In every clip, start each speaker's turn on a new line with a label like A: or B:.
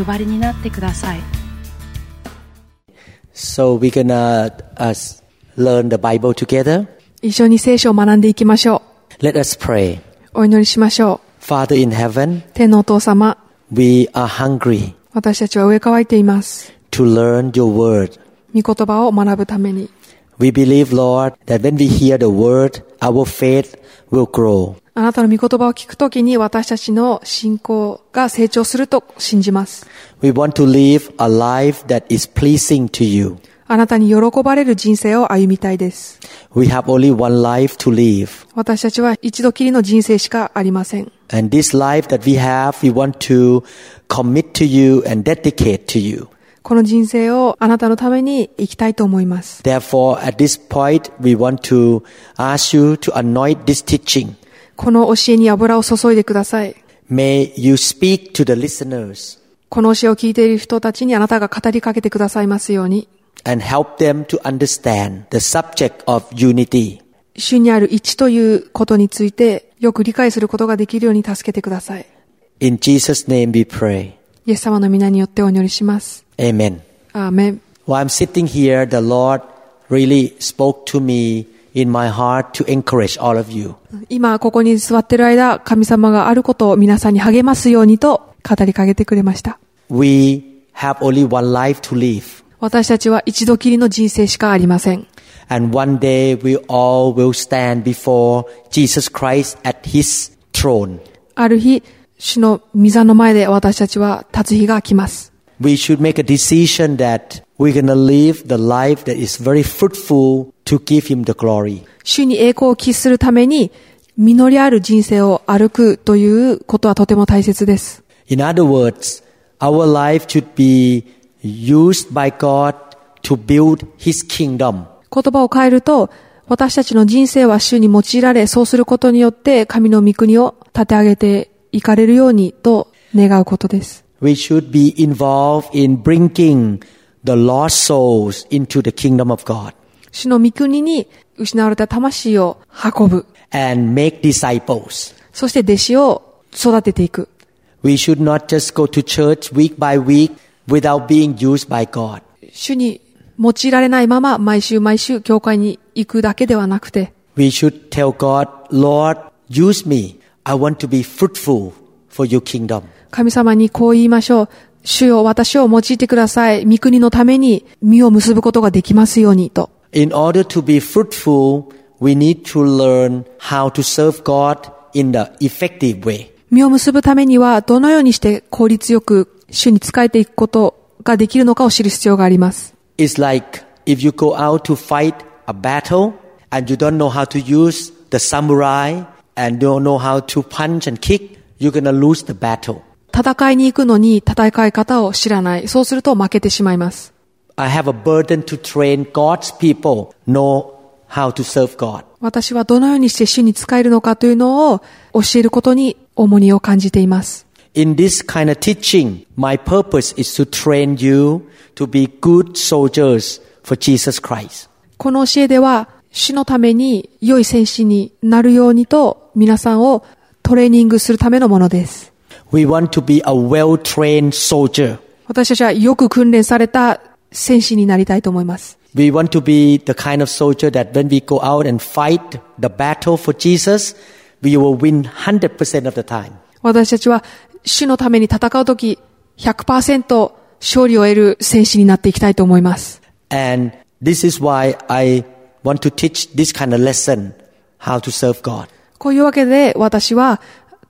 A: お配りになってください
B: So we're gonna uh, learn the Bible together.
C: 一緒に聖書を学んでいきましょ
B: Let us pray.
C: う。お祈りしましょ
B: Father in heaven,
C: う。天のお父様、
B: we are hungry
C: 私たちは上乾いています。
B: to learn your word.
C: 御言葉を学ぶために。
B: We believe, Lord, that when we hear the word, our faith will grow.
C: あなたの御言葉を聞くときに私たちの信仰が成長すると信じます。
B: We want to live a life that is pleasing to you.
C: あなたに喜ばれる人生を歩みたいです。
B: We have only one life to live.
C: 私たちは一度きりの人生しかありません。
B: And this life that we have, we want to commit to you and dedicate to you.
C: この人生をあなたのために生きたいと思います。
B: Therefore, at this point, we want to ask you to anoint this teaching.
C: この教えに油を注いでください。
B: May you speak to the listeners
C: この教えを聞いている人たちにあなたが語りかけてくださいますように。
B: and help them to understand the subject of unity.
C: 主にある一ということについてよく理解することができるように助けてください。
B: In Jesus' name we pray.
C: イエス様の皆によってお祈りします。
B: Amen.
C: アーメン。
B: While I'm sitting here, the Lord really spoke to me in my heart to encourage all of you.
C: 今ここに座ってる間、神様があることを皆さんに励ますようにと語りかけてくれました。
B: We have only one life to live.
C: 私たちは一度きりの人生しかありません。
B: And one day we all will stand before Jesus Christ at His throne.
C: ある日、主の御座の前で私たちは立つ日が来ます。
B: We should make a decision that we're gonna live the life that is very fruitful to give Him the glory.
C: 主に栄光を喫するために、実りある人生を歩くということはとても大切です。
B: In other words, our life should be used by God to build His kingdom.
C: 言葉を変えると、私たちの人生は主に用いられ、そうすることによって神の御国を立て上げていかれるようにと願うことです。
B: We should be involved in bringing the lost souls into the kingdom of God
C: 主の御国に失われた魂を運ぶ。
B: and make disciples.
C: そして弟子を育てていく。
B: We should not just go to church week by week without being used by God.
C: 主に用いられないまま毎週毎週教会に行くだけではなくて、
B: We should tell God, Lord, use me. I want to be fruitful for your kingdom.
C: 神様にこう言いましょう。主よ私を用いてください。御国のために身を結ぶことができますようにと。
B: In order to be fruitful, we need to learn how to serve God in the effective way.
C: 身を結ぶためにはどのようにして効率よく主に仕えていくことができるのかを知る必要があります。
B: It's like if you go out to fight a battle and you don't know how to use the samurai and don't know how to punch and kick, you're gonna lose the battle.
C: 戦いに行くのに戦い方を知らない。そうすると負けてしまいます。
B: I have a burden to train God's people know how to serve God.
C: 私はどのようにして主に仕えるのかというのを教えることに重荷を感じています。
B: In this kind of teaching, my purpose is to train you to be good soldiers for Jesus Christ.
C: この教えでは、主のために良い戦士になるようにと皆さんをトレーニングするためのものです。
B: We want to be a well-trained soldier.
C: 私たちはよく訓練された戦士になりたいと思います。
B: We want to be the kind of soldier that when we go out and fight the battle for Jesus, we will win 100% of the time.
C: 私たちは主のために戦うとき100%勝利を得る戦士になっていきたいと思います。
B: And this is why I want to teach this kind of lesson, how to serve God.
C: こういうわけで私は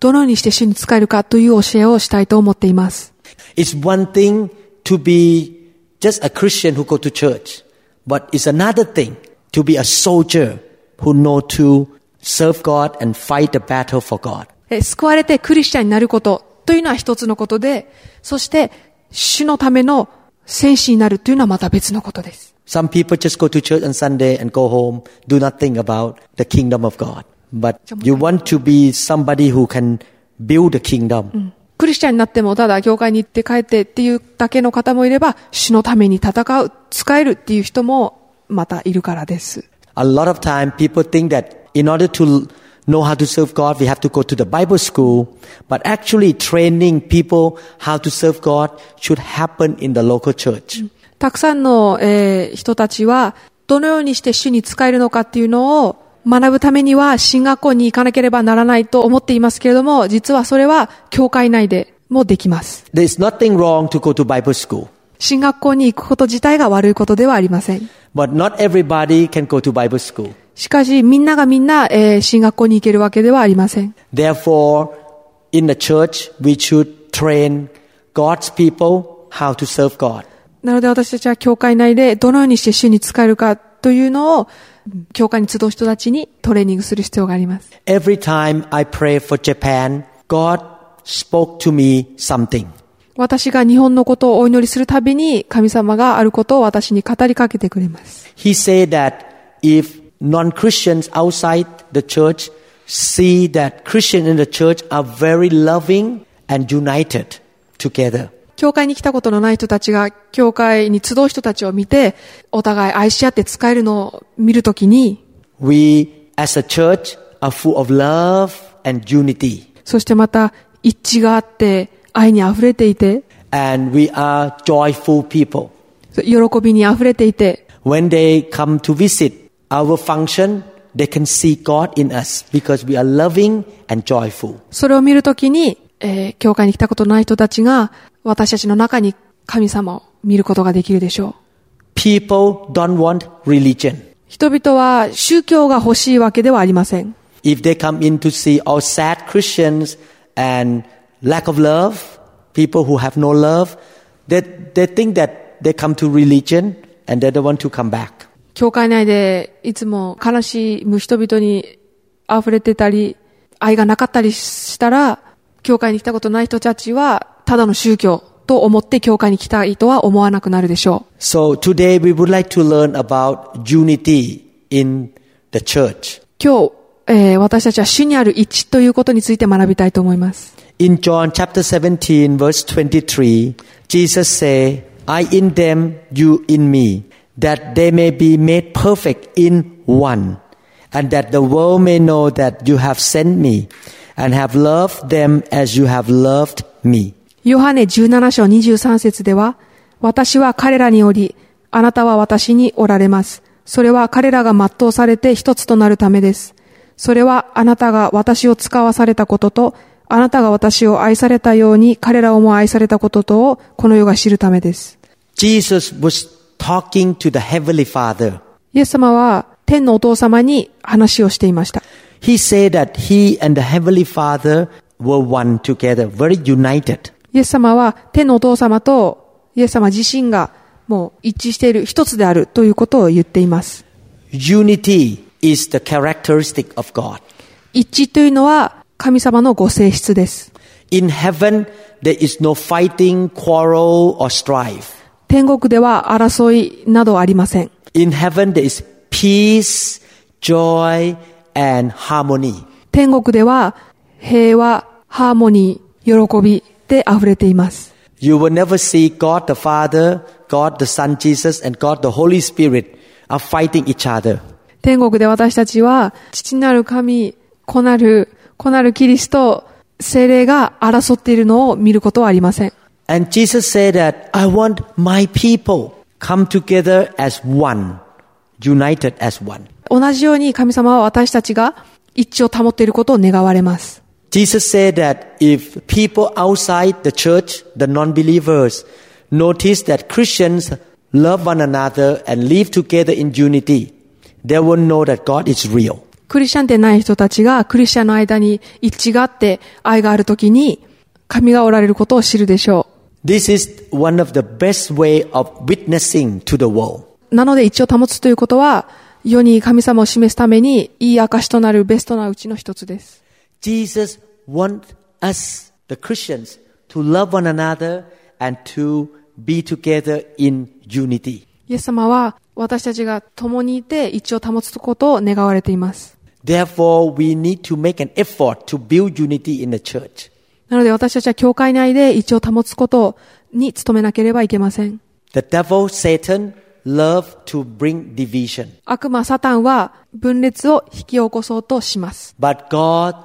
C: どのようにして主に仕えるかという教えをしたいと思っています。
B: It's one thing to be just a Christian who go to church, but it's another thing to be a soldier who know to serve God and fight the battle for God.
C: え救われてクリスチャンになることというのは一つのことで、そして主のための戦士になるというのはまた別のことです。
B: Some people just go to church on Sunday and go home, do not think about the kingdom of God. But you want to be somebody who can build the kingdom.
C: クリスチャンになってもただ教会に行って帰ってっていうだけの方もいれば、主のために戦う、使えるっていう人もまたいるからです。
B: A lot of time people think that in order to know how to serve God, we have to go to the Bible school. But actually training people how to serve God should happen in the local church.
C: たくさんの、えー人たちは、どのようにして主に使えるのかっていうのを学ぶためには、進学校に行かなければならないと思っていますけれども、実はそれは教会内でもできます。
B: There's nothing wrong to go to Bible school.
C: 進学校に行くこと自体が悪いことではありません。
B: But not everybody can go to Bible school.
C: しかし、みんながみんな、えー進学校に行けるわけではありません。
B: Therefore, in the church, we should train God's people how to serve God.
C: なので私たちは教会内でどのようにして主に使えるかというのを、教会に集う人たちにトレーニングする必要があります。
B: Every time I pray for Japan, God spoke to me something.
C: 私が日本のことをお祈りするたびに神様があることを私に語りかけてくれます。
B: He said that if non-Christians outside the church see that Christians in the church are very loving and united together,
C: 教会に来たことのない人たちが教会に集う人たちを見て、お互い愛し合って使えるのを見るときに、
B: we as a church are full of love and unity.
C: そしてまた一致があって、愛に溢れていて、
B: and we are joyful people.
C: 喜びに溢れていて、
B: When they come to visit our function, they can see God in us because we are loving and joyful.
C: それを見るときに、えー教会に来たことのない人たちが、私たちの中に神様を見ることができるでしょう。
B: People don't want religion.
C: 人々は宗教が欲しいわけではありません。
B: If they come in to see all sad Christians and lack of love, people who have no love, they, they think that they come to religion and they don't want to come back.
C: 教会内でいつも悲しむ人々に溢れてたり、愛がなかったりしたら、教会に来たことない人たちは、ただの宗教と思って教会に来たいとは思わなくなるでしょう。
B: So today we would like to learn about unity in the church.
C: 今日、えー私たちは主にある一致ということについて学びたいと思います。
B: In John chapter 17 verse 23, Jesus say, I in them, you in me, that they may be made perfect in one, and that the world may know that you have sent me, and have loved them as you have loved me.
C: ヨハネ17章23節では、私は彼らにより、あなたは私におられます。それは彼らが全うされて一つとなるためです。それはあなたが私を使わされたことと、あなたが私を愛されたように彼らをも愛されたこととをこの世が知るためです。
B: Jesus was talking to the Heavenly Father.
C: イエス様は天のお父様に話をしていました。
B: He said that he and the Heavenly Father were one together, very united.
C: イエス様は天のお父様とイエス様自身がもう一致している一つであるということを言っています。
B: Unity is the characteristic of God.
C: 一致というのは神様のご性質です。
B: In heaven, there is no fighting, quarrel, or strife.
C: 天国では争いなどありません。
B: In heaven, there is peace, joy, and harmony.
C: 天国では平和、ハーモニー、喜びで溢れています。
B: You will never see God the Father, God the Son Jesus, and God the Holy Spirit are fighting each other.
C: 天国で私たちは父なる神、子なる、子なるキリスト、精霊が争っているのを見ることはありません。
B: And Jesus said that, I want my people come together as one, united as one.
C: 同じように神様は私たちが一致を保っていることを願われます。
B: Jesus said that if people outside the church, the non-believers, notice that Christians love one another and live together in unity, they will know that God is real.
C: クリスチャンでない人たちがクリスチャンの間に一致があって愛があるときに神がおられることを知るでしょう。
B: This is one of the best way of witnessing to the world.
C: なので一致を保つということは、世に神様を示すために、いい証となるベストなうちの一つです。
B: Jesus wants us, the Christians, to love one another and to be together in unity.
C: イエス様は私たちが共にいて一致を保つことを願われています。
B: Therefore, we need to make an effort to build unity in the church.
C: なので私たちは教会内で一致を保つことに努めなければいけません。
B: The devil, Satan, love to bring division,
C: 悪魔サタンは分裂を引き起こそうとします。
B: but God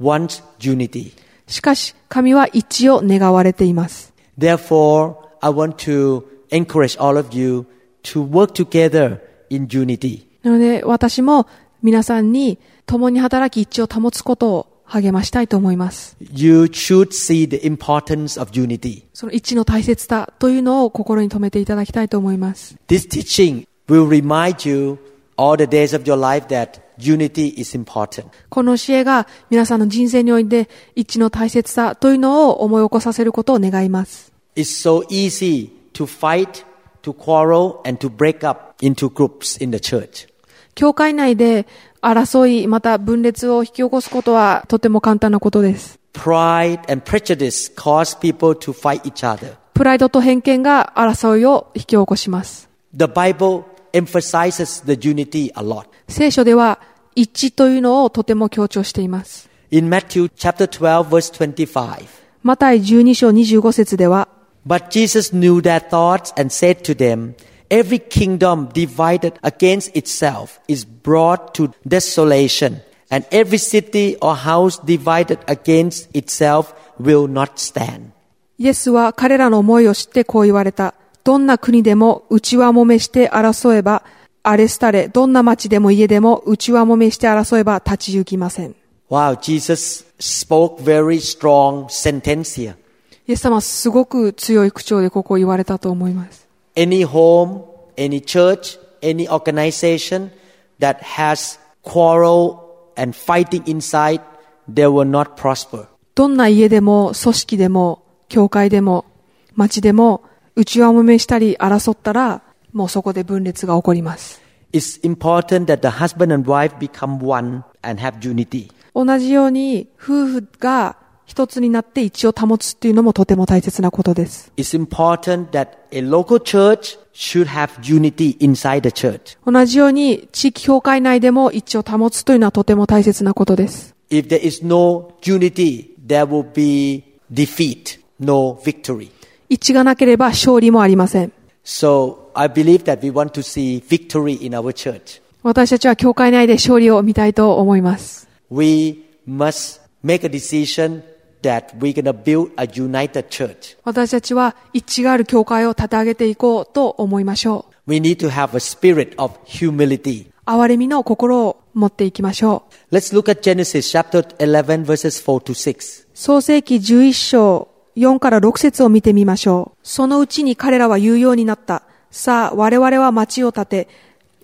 B: wants unity.
C: しかし神は一致を願われています。
B: Therefore, I want to encourage all of you to work together in unity.
C: なので私も皆さんに共に働き一致を保つことを励ましたいと思います。
B: You should see the importance of unity.
C: その一致の大切さというのを心に留めていただきたいと思います。
B: This teaching will remind you all the days of your life that unity is important.
C: この教えが皆さんの人生において一致の大切さというのを思い起こさせることを願います。
B: It's so easy to fight, to quarrel, and to break up into groups in the church.
C: 教会内で争い、また分裂を引き起こすことはとても簡単なことです。
B: Pride and prejudice cause people to fight each other.
C: プライドと偏見が争いを引き起こします。
B: The Bible emphasizes the unity a lot.
C: 聖書では一致というのをとても強調しています。
B: In Matthew chapter 12 verse 25,
C: マタイ12章25節では、
B: but Jesus knew their thoughts and said to them, Every kingdom divided against itself is brought to desolation, and every city or house divided against itself will not stand.
C: イエスは彼らの思いを知ってこう言われた。どんな国でも内輪もめして争えば、荒れ廃れ、どんな町でも家でも内輪もめして争えば立ち行きません。
B: Wow, Jesus spoke very strong sentence here.
C: イエス様はすごく強い口調でここを言われたと思います。
B: Any home, any church, any organization that has quarrel and fighting inside, they will not prosper.
C: どんな家でも、組織でも、教会でも、町でも、内輪もめしたり争ったら、もうそこで分裂が起こります。
B: It's important that the husband and wife become one and have unity.
C: 同じように、夫婦が一つになって一致を保つっていうのもとても大切なことです。
B: It's important that a local church should have unity inside the church.
C: 同じように地域教会内でも一致を保つというのはとても大切なことです。
B: If there is no unity, there will be defeat, no victory.
C: 一致がなければ勝利もありません。
B: So I believe that we want to see victory in our church.
C: 私たちは教会内で勝利を見たいと思います。
B: We must make a decision that we're going to build a united church.
C: 私たちは一致がある教会を立て上げていこうと思いましょ
B: We need to have a spirit of humility.
C: う。憐れみの心を持っていきましょう。
B: Let's look at Genesis chapter 11 verses 4 to 6.
C: 創世紀11章4から6節を見てみましょう。そのうちに彼らは言うようになった。さあ、我々は町を建て、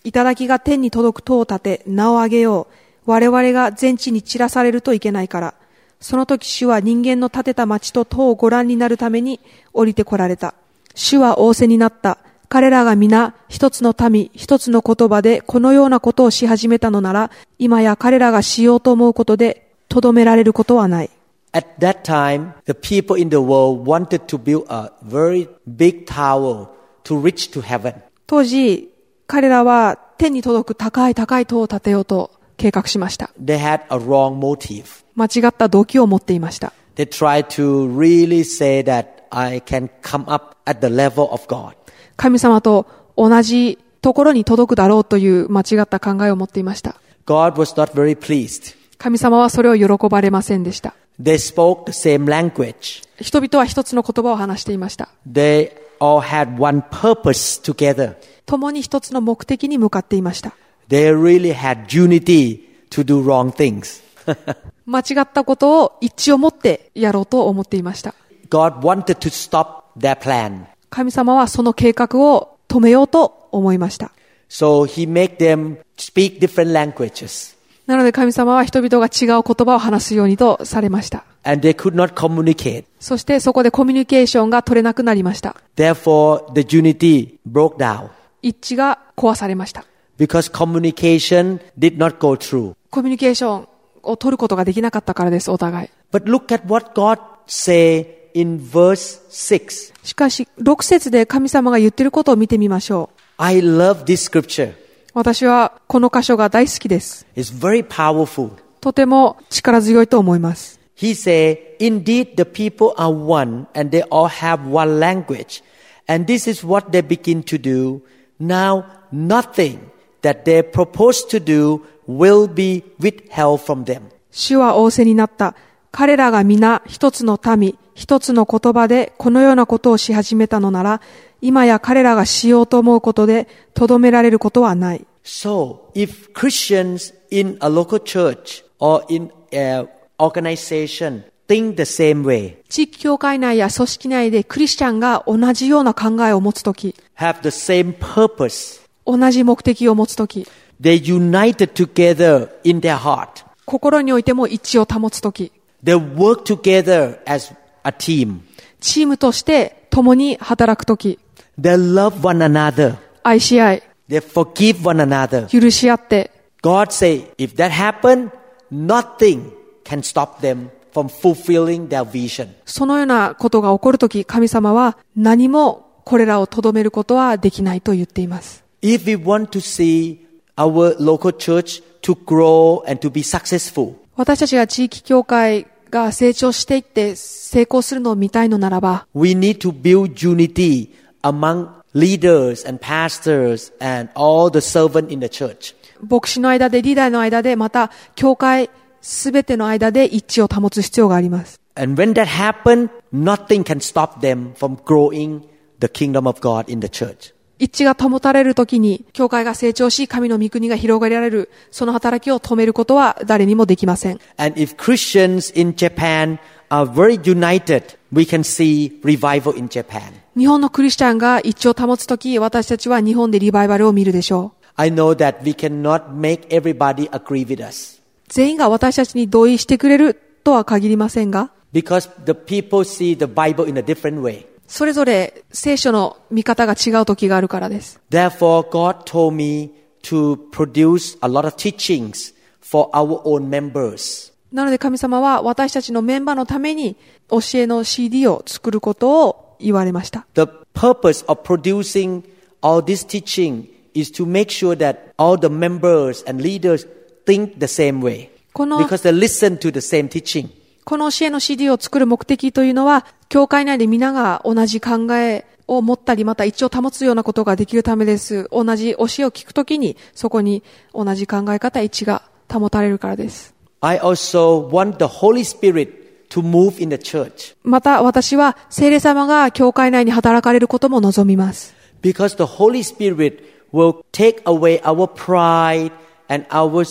C: 頂が天に届く塔を建て、名を上げよう。我々が全地に散らされるといけないから。その時主は人間の建てた町と塔をご覧になるために降りてこられた。主は仰せになった。彼らが皆、一つの民、一つの言葉でこのようなことをし始めたのなら、今や彼らがしようと思うことで、とどめられることはない。
B: At that time, the people in the world wanted to build a very big tower to reach to heaven.
C: 当時、彼らは天に届く高い高い塔を建てようと計画しました。
B: They had a wrong motive.
C: 間違った動機を持っていました。
B: They tried to really say that I can come up at the level of God.
C: 神様と同じところに届くだろうという間違った考えを持っていました。
B: God was not very pleased.
C: 神様はそれを喜ばれませんでした。
B: They spoke the same language.
C: 人々は一つの言葉を話していました。
B: They all had one purpose together.
C: 共に一つの目的に向かっていました。
B: They really had unity to do wrong things.
C: 間違ったことを一致を持ってやろうと思っていました。
B: God wanted to stop their plan.
C: 神様はその計画を止めようと思いました。
B: So he made them speak different languages.
C: なので神様は人々が違う言葉を話すようにとされました。
B: And they could not communicate.
C: そしてそこでコミュニケーションが取れなくなりました。
B: Therefore, the unity broke down
C: 一致が壊されました。
B: because communication did not go through.
C: コミュニケーションを取ることができなかったからです、お互い。
B: But look at what God say in verse 6.
C: しかし、6節で神様が言ってることを見てみましょ
B: I love this scripture.
C: う。私はこの箇所が大好きです。
B: It's very powerful.
C: とても力強いと思います。
B: He said, Indeed, the people are one and they all have one language. And this is what they begin to do. Now, nothing that they propose to do will be withheld from them.
C: 主は仰せになった。彼らが皆一つの民、一つの言葉でこのようなことをし始めたのなら、今や彼らがしようと思うことで、とどめられることはない。
B: So, if Christians in a local church or in an organization think the same way,
C: 地域教会内や組織内でクリスチャンが同じような考えを持つとき、
B: have the same purpose,
C: 同じ目的を持つとき、
B: they united together in their heart.
C: 心においても一致を保つとき、
B: They work together as a team.
C: チームとして共に働くとき、
B: They love one another.
C: 愛し合い、
B: They forgive one another.
C: 許し合って、
B: God say, if that happen, nothing can stop them from fulfilling their vision.
C: そのようなことが起こるとき、神様は何もこれらをとどめることはできないと言っています。
B: If we want to see our local church to grow and to be successful,
C: 私たちが地域教会が成長していって成功するのを見たいのならば、
B: we need to build unity among leaders and pastors and all the servants in the church.
C: 牧師の間でリーダーの間で、また教会すべての間で一致を保つ必要があります。
B: And when that happen, nothing can stop them from growing the kingdom of God in the church.
C: 一致が保たれるときに、教会が成長し、神の御国が広がられる、その働きを止めることは誰にもできません。
B: And if Christians in Japan are very united, we can see revival in Japan.
C: 日本のクリスチャンが一致を保つとき、私たちは日本でリバイバルを見るでしょう。
B: I know that we cannot make everybody agree with us
C: 全員が私たちに同意してくれるとは限りませんが、
B: because the people see the Bible in a different way.
C: それぞれ聖書の見方が違う時があるからです。
B: Therefore, God told me to produce a lot of teachings for our own members.
C: なので神様は私たちのメンバーのために教えの CD を作ることを言われました。
B: The purpose of producing all this teaching is to make sure that all the members and leaders think the same way
C: この、
B: because they listen to the same teaching.
C: この教えの CD を作る目的というのは、教会内で皆が同じ考えを持ったり、また一致を保つようなことができるためです。同じ教えを聞くときに、そこに同じ考え方、一致が保たれるからです。
B: I also want the Holy Spirit to move in the church
C: また私は、聖霊様が教会内に働かれることも望みます。
B: because the Holy Spirit will take away our pride and our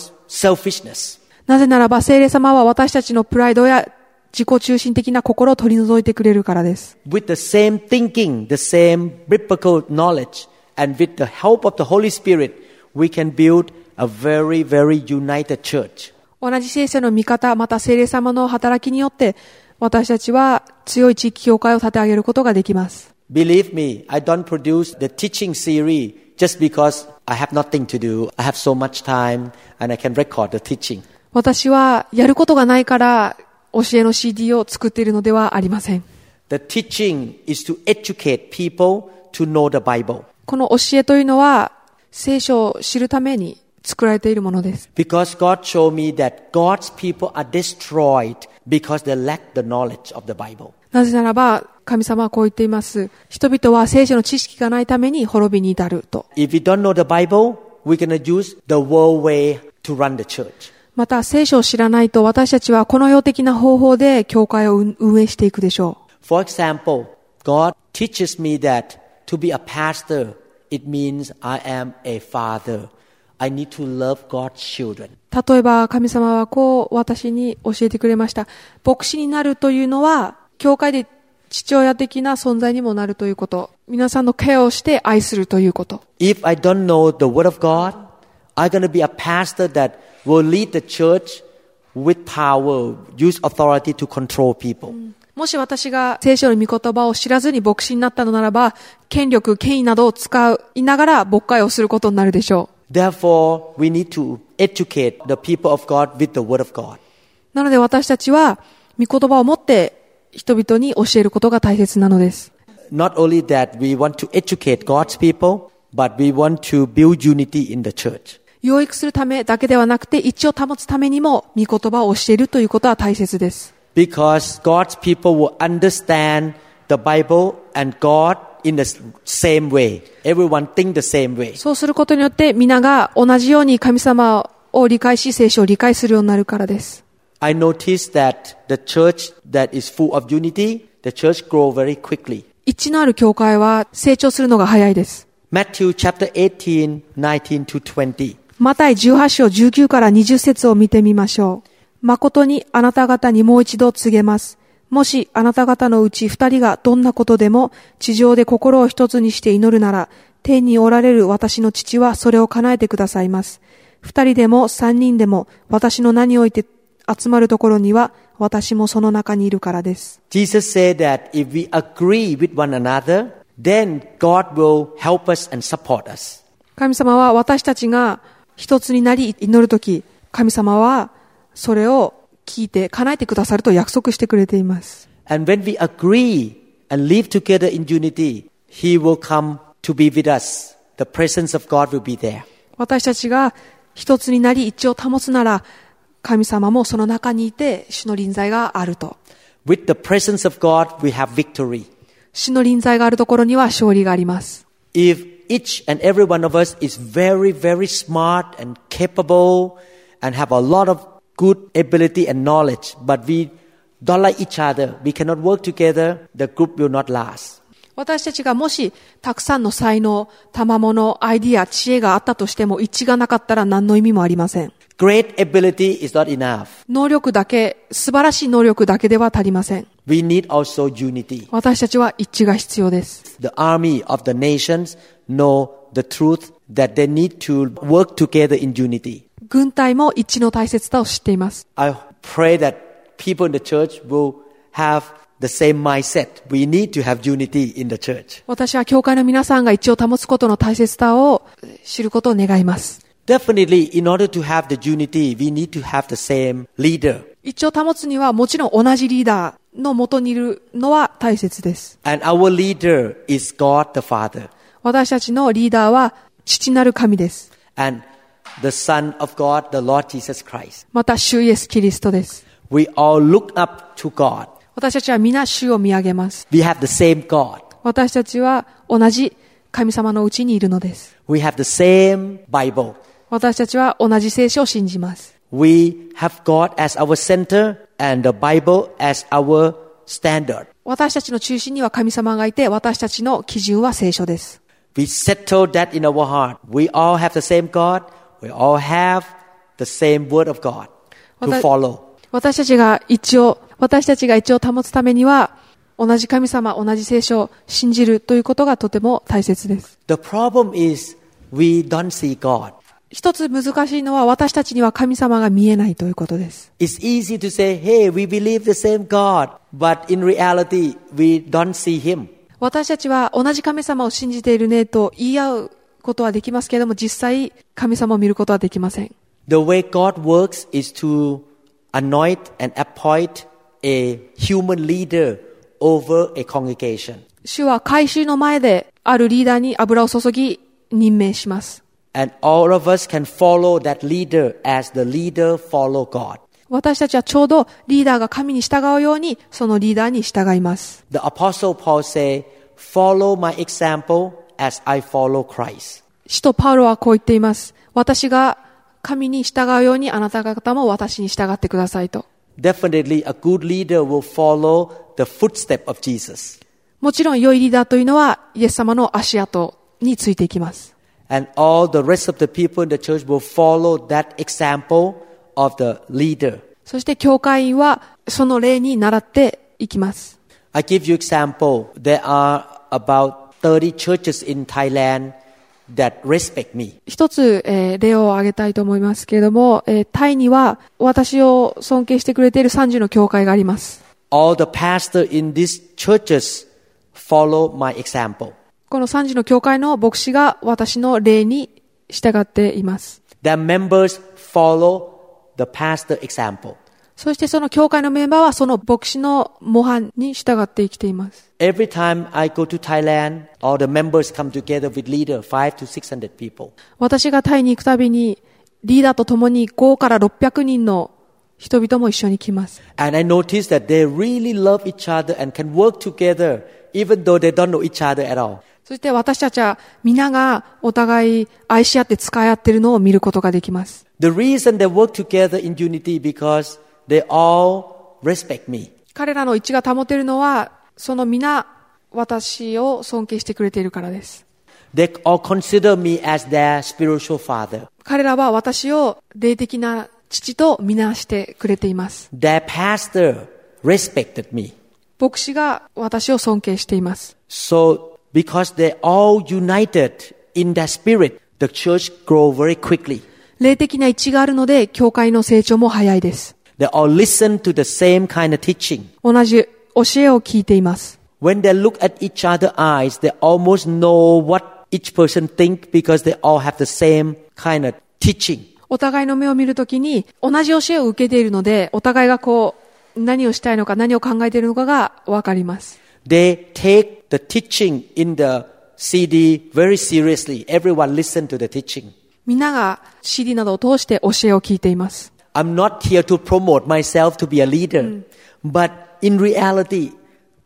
B: selfishness.
C: なぜならば、聖霊様は私たちのプライドや自己中心的な心を取り除いてくれるからです。
B: With the same thinking, the same biblical knowledge, and with the help of the Holy Spirit, we can build a very, very united church.
C: 同じ聖書の見方、また聖霊様の働きによって、私たちは強い地域教会を立て上げることができます。
B: Believe me, I don't produce the teaching series just because I have nothing to do. I have so much time and I can record the teaching.
C: 私はやることがないから、教えの CD を作っているのではありません。
B: The teaching is to educate people to know the Bible.
C: この教えというのは、聖書を知るために作られているものです。
B: Because God showed me that God's people are destroyed because they lack the knowledge of the Bible.
C: なぜならば、神様はこう言っています。人々は聖書の知識がないために滅びに至ると。
B: If we don't know the Bible, we're going to use the world way to run the church.
C: また、聖書を知らないと私たちはこの世的な方法で教会を運運営していくでしょう。
B: For example, God teaches me that to be a pastor, it means I am a father. I need to love God's children.
C: 例えば神様はこう私に教えてくれました。牧師になるというのは、教会で父親的な存在にもなるということ。皆さんのケアをして愛するということ。
B: If I don't know the Word of God, I'm going to be a pastor that will lead the church with power, use authority to control people.
C: もし私が聖書の御言葉を知らずに牧師になったのならば、権力、権威などを使いながら牧会をすることになるでしょう。
B: Therefore, we need to educate the people of God with the Word of God.
C: なので私たちは、御言葉を持って人々に教えることが大切なのです。
B: Not only that, we want to educate God's people, but we want to build unity in the church.
C: 養育するためだけではなくて、一致を保つためにも、御言葉を教えるということは大切です。
B: Because God's people will understand the Bible and God in the s- same way. Everyone think the same way.
C: そうすることによって、皆が同じように神様を理解し、聖書を理解するようになるからです。
B: I noticed that the church that is full of unity, the church grow very quickly.
C: 一致のある教会は成長するのが早いです。
B: Matthew chapter 18, 19 to 20.
C: マタイ18章19から20節を見てみましょう。誠にあなた方にもう一度告げます。もしあなた方のうち二人がどんなことでも地上で心を一つにして祈るなら、天におられる私の父はそれを叶えてくださいます。二人でも三人でも私の名において集まるところには私もその中にいるからです。
B: Jesus said that if we agree with one another, then God will help us and support us.
C: 神様は私たちが一つになり祈るとき、神様はそれを聞いて叶えてくださると約束してくれています。
B: And when we agree and live together in unity, He will come to be with us. The presence of God will be there.
C: 私たちが一つになり一致を保つなら、神様もその中にいて主の臨在があると。
B: With the presence of God, we have victory.
C: 主の臨在があるところには勝利があります。
B: If each and every one of us is very, very smart and capable and have a lot of good ability and knowledge, but we don't like each other, we cannot work together, the group will not last.
C: 私たちがもしたくさんの才能、賜物、アイディア、知恵があったとしても一致がなかったら何の意味もありません。
B: Great ability is not enough.
C: 能力だけ、素晴らしい能力だけでは足りません。
B: We need also unity.
C: 私たちは一致が必要です。
B: The army of the nations know the truth that they need to work together in unity.
C: 軍隊も一致の大切さを知っています。
B: I pray that people in the church will have the same mindset. We need to have unity in the church.
C: 私は教会の皆さんが一致を保つことの大切さを知ることを願います。
B: Definitely, in order to have the unity, we need to have the same leader.
C: 一致を保つにはもちろん同じリーダーの元にいるのは大切です。
B: And our leader is God the Father.
C: 私たちのリーダーは父なる神です。
B: And the Son of God, the Lord Jesus Christ.
C: また主イエス・キリストです。
B: We all look up to God.
C: 私たちは皆主を見上げます。
B: We have the same God.
C: 私たちは同じ神様のうちにいるのです。
B: We have the same Bible.
C: 私たちは同じ聖書を信じます。
B: We have God as our center and the Bible as our standard.
C: 私たちの中心には神様がいて、私たちの基準は聖書です。
B: We settle that in our heart. We all have the same God. We all have the same Word of God to
C: 私
B: follow.
C: 私たちが一応、私たちが一応保つためには、同じ神様、同じ聖書を信じるということがとても大切です。
B: The problem is we don't see God.
C: 一つ難しいのは私たちには神様が見えないということです。
B: It's easy to say, hey, we believe the same God, but in reality, we don't see Him.
C: 私たちは同じ神様を信じているねと言い合うことはできますけれども、実際神様を見ることはできません。
B: The way God works is to anoint and appoint a human leader over a congregation.
C: 主は回収の前であるリーダーに油を注ぎ任命します。
B: And all of us can follow that leader as the leader follow God.
C: 私たちはちょうどリーダーが神に従うように、そのリーダーに従います。
B: The apostle Paul say, follow my example as I follow Christ.
C: 使徒パウロはこう言っています。私が神に従うようにあなた方も私に従ってくださいと。
B: Definitely a good leader will follow the footstep of Jesus.
C: もちろん良いリーダーというのはイエス様の足跡についていきます。
B: And all the rest of the people in the church will follow that example of the leader.
C: そして教会員はその例に習っていきます。
B: I give you example. There are about 30 churches in Thailand that respect me.
C: 一つ、えー例を挙げたいと思いますけれども、えータイには私を尊敬してくれている30の教会があります。
B: All the pastor in these churches follow my example.
C: この30の教会の牧師が私の例に従っています。
B: Their members follow the pastor example.
C: そしてその教会のメンバーはその牧師の模範に従って生きています。
B: Every time I go to Thailand, all the members come together with leader, five to six hundred people.
C: 私がタイに行くたびに、リーダーと共に5から600人の人々も一緒に来ます。
B: And I notice that they really love each other and can work together, even though they don't know each other at all.
C: そして私たちは皆がお互い愛し合って使い合ってるのを見ることができます。
B: The reason they work together in unity because they all respect me.
C: 彼らの一致が保てるのは、その皆私を尊敬してくれているからです。
B: They all consider me as their spiritual father.
C: 彼らは私を霊的な父とみなしてくれています。
B: Their pastor respected me.
C: 牧師が私を尊敬しています。
B: So because they all united in their spirit, the church grow very quickly.
C: 霊的な一致があるので、教会の成長も早いです。
B: They all listen to the same kind of teaching.
C: 同じ教えを聞いています。
B: When they look at each other's eyes, they almost know what each person think because they all have the same kind of teaching.
C: お互いの目を見るときに、同じ教えを受けているので、お互いがこう、何をしたいのか、何を考えているのかがわかります。
B: They take the teaching in the CD very seriously. Everyone listen to the teaching.
C: みんなが CD などを通して教えを聞いています。
B: I'm not here to promote myself to be a leader, but in reality,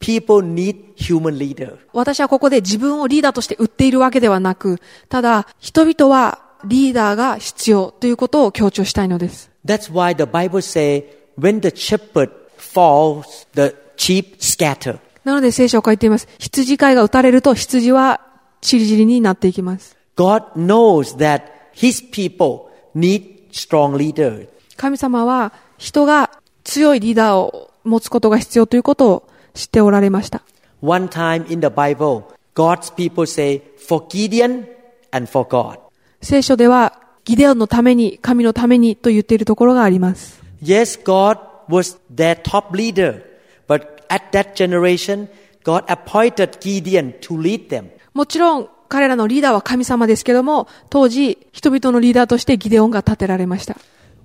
B: people need human leader.
C: 私はここで自分をリーダーとして売っているわけではなく、ただ、人々はリーダーが必要ということを強調したいのです。
B: That's why the Bible say when the shepherd falls, the sheep scatter.
C: なので聖書を書いています。羊飼いが打たれると羊はチリチリになっていきます。
B: God knows that his people need strong leaders.
C: 神様は人が強いリーダーを持つことが必要ということを知っておられました。
B: One time in the Bible, God's people say for Gideon and for God.
C: 聖書ではギデオンのために、神のためにと言っているところがあります。
B: Yes, God was their top leader, but at that generation, God appointed Gideon to lead them.
C: もちろん彼らのリーダーは神様ですけども、当時人々のリーダーとしてギデオンが立てられました。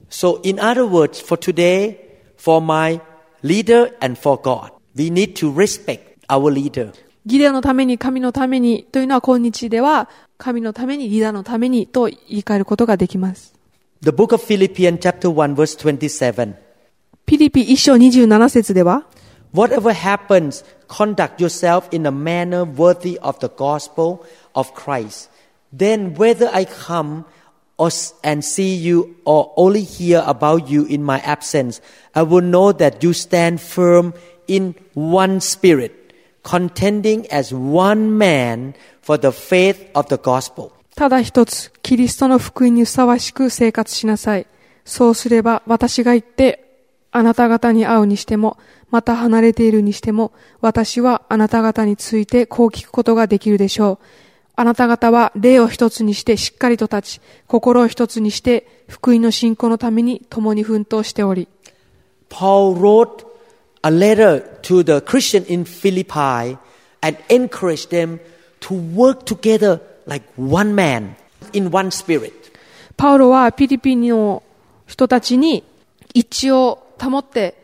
B: So, in other words, for today, for my leader and for God, we need to respect our leader.
C: ギデオンのために、神のためにというのは今日では、神のために、リーダーのためにと言い換えることができます。
B: The book of Philippians, chapter 1, verse 27.
C: ピリピ一章27節では、
B: Whatever happens, conduct yourself in a manner worthy of the gospel of Christ. Then, whether I come or s- and see you or only hear about you in my absence, I will know that you stand firm in one spirit, contending as one man for the faith of the gospel.
C: ただ一つ、キリストの福音にふさわしく生活しなさい。そうすれば、私が言って、あなた方に会うにしても、また離れているにしても、私はあなた方についてこう聞くことができるでしょう。あなた方は霊を一つにしてしっかりと立ち、心を一つにして、福音の信仰のために共に奮闘しており、
B: Paul wrote a letter to the Christian in Philippi and encouraged them to work together like one man in one spirit.
C: パウロはピリピの人たちに一致を保って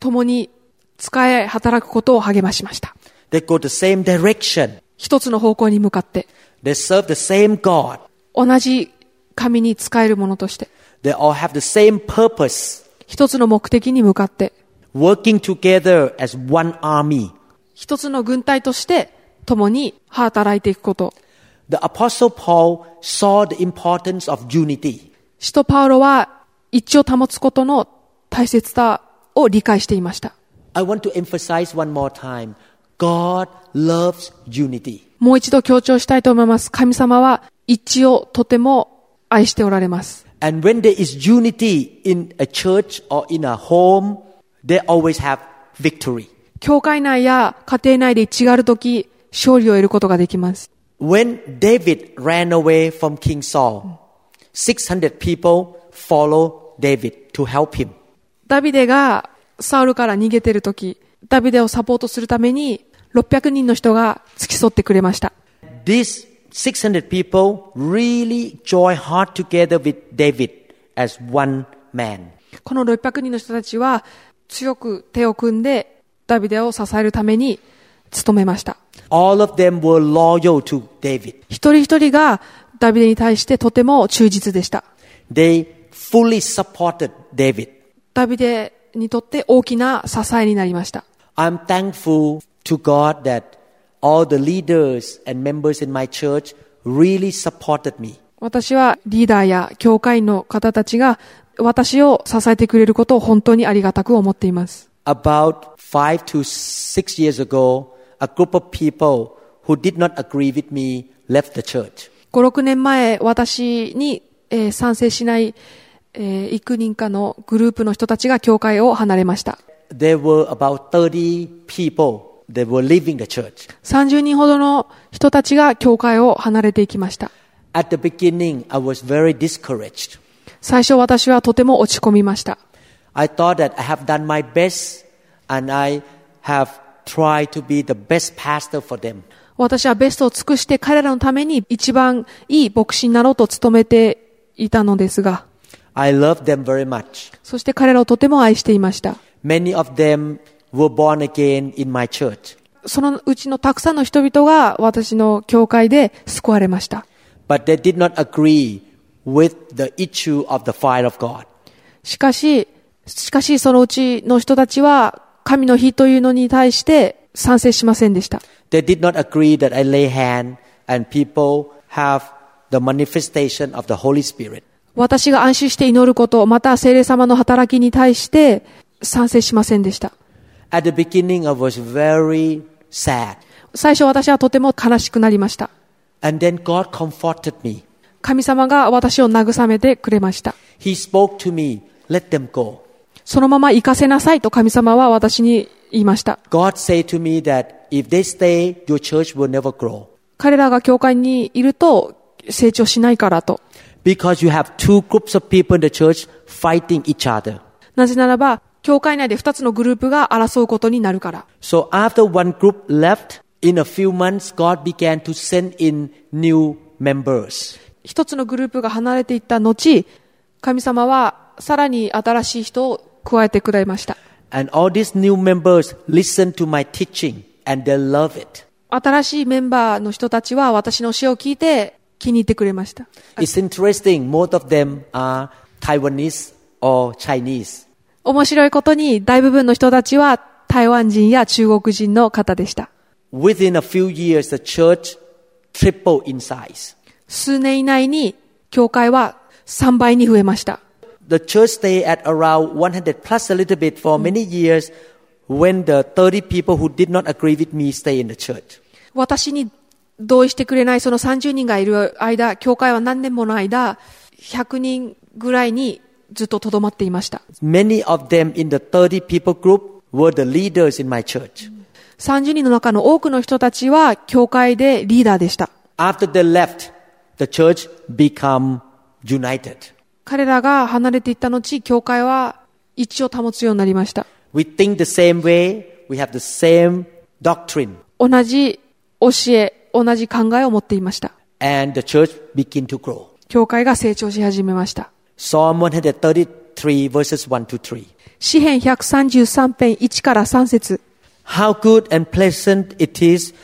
C: 共に使え働くことを励ましました。
B: They go the same direction.
C: 一つの方向に向かって
B: They serve the same God.
C: 同じ神に使えるものとして
B: They all have the same purpose,
C: 一つの目的に向かって
B: working together as one army.
C: 一つの軍隊として共に働いていくこと。
B: The apostle Paul saw the importance of unity.
C: 使徒パウロは一致を保つことの大切さを理解していました。
B: I want to emphasize one more time. God loves unity.
C: もう一度強調したいと思います。神様は一致をとても愛しておられます。
B: And when there is unity in a church or in a home, they always have victory.
C: 教会内や家庭内で一致があるとき、勝利を得ることができます。
B: When David ran away from King Saul, 600 people follow David to help him.
C: ダビデがサウルから逃げてるとき、ダビデをサポートするために、600人の人が付き添ってくれました。
B: These 600 people really join hard together with David as one man.
C: この600人の人たちは強く手を組んでダビデを支えるために努めました。
B: All of them were loyal to David.
C: 一人一人がダビデに対してとても忠実でした。
B: They fully supported David.
C: ダビデにとって大きな支えになりました。
B: I'm thankful to God that all the leaders and members in my church really supported me.
C: 私はリーダーや教会員の方たちが私を支えてくれることを本当にありがたく思っています。
B: About five to six years ago, a group of people who did not agree with me left the church.
C: 5、6年前、私に、えー賛成しない、えー幾人かのグループの人たちが教会を離れました。
B: There were about 30 people that were leaving the church.
C: 30人ほどの人たちが教会を離れていきました。
B: At the beginning, I was very discouraged.
C: 最初私はとても落ち込みました。
B: I thought that I have done my best and I have tried to be the best pastor for them.
C: 私はベストを尽くして彼らのために一番いい牧師になろうと努めていたのですが、
B: I love them very much.
C: そして彼らをとても愛していました。
B: Many of them were born again in my church.
C: そのうちのたくさんの人々が私の教会で救われました。
B: But they did not agree with the issue of the fire of God.
C: しかし、しかしそのうちの人たちは神の日というのに対して賛成しませんでした。
B: They did not agree that I lay hand and people have the manifestation of the Holy Spirit.
C: 私が安心して祈ること、また聖霊様の働きに対して賛成しませんでした。
B: At the beginning, I was very sad.
C: 最初私はとても悲しくなりました。
B: And then God comforted me.
C: 神様が私を慰めてくれました。
B: He spoke to me, let them go.
C: そのまま行かせなさいと神様は私に言いました。
B: God said to me that if they stay, your church will never grow.
C: 彼らが教会にいると成長しないからと。
B: Because you have two groups of people in the church fighting each other.
C: なぜならば、教会内で2つのグループが争うことになるから。
B: So after one group left, in a few months, God began to send in new members.
C: 1つのグループが離れていった後、神様はさらに新しい人を加えてくれました。
B: And all these new members listen to my teaching and they love it.
C: 新しいメンバーの人たちは私の教えを聞いて気に入ってくれました。
B: It's interesting, most of them are Taiwanese or Chinese.
C: 面白いことに大部分の人たちは台湾人や中国人の方でした。
B: Within a few years, the church tripled in size.
C: 数年以内に教会は3倍に増えました。
B: The church stayed at around 100 plus a little bit for many years when the 30 people who did not agree with me stay in the church.
C: 私に同意してくれないその30人がいる間、教会は何年もの間、100人ぐらいにずっと留まっていました。
B: Many of them in the 30 people group were the leaders in my church.
C: 30人の中の多くの人たちは教会でリーダーでした。
B: After they left, the church become united.
C: 彼らが離れていった後、教会は一致を保つようになりました。
B: We think the same way. We have the same doctrine.
C: 同じ教え、同じ考えを持っていました。
B: And the church begin to grow.
C: 教会が成長し始めました。
B: Psalm 133 verses 1 to 3.
C: 詩篇133編1から3節
B: How good and pleasant it is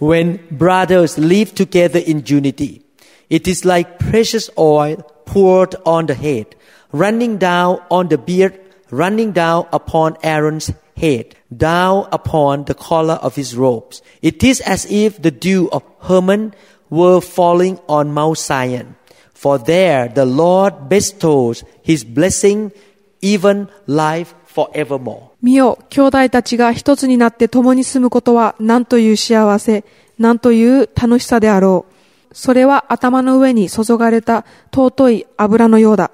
B: when brothers live together in unity. It is like precious oil poured on the head, running down on the beard, running down upon Aaron's head, down upon the collar of his robes. It is as if the dew of Hermon were falling on Mount Zion. For there the Lord bestows his blessing, even life forevermore.
C: 見よ、兄弟たちが一つになって共に住むことは、なんという幸せ、なんという楽しさであろう。それは頭の上に注がれた尊い油のようだ。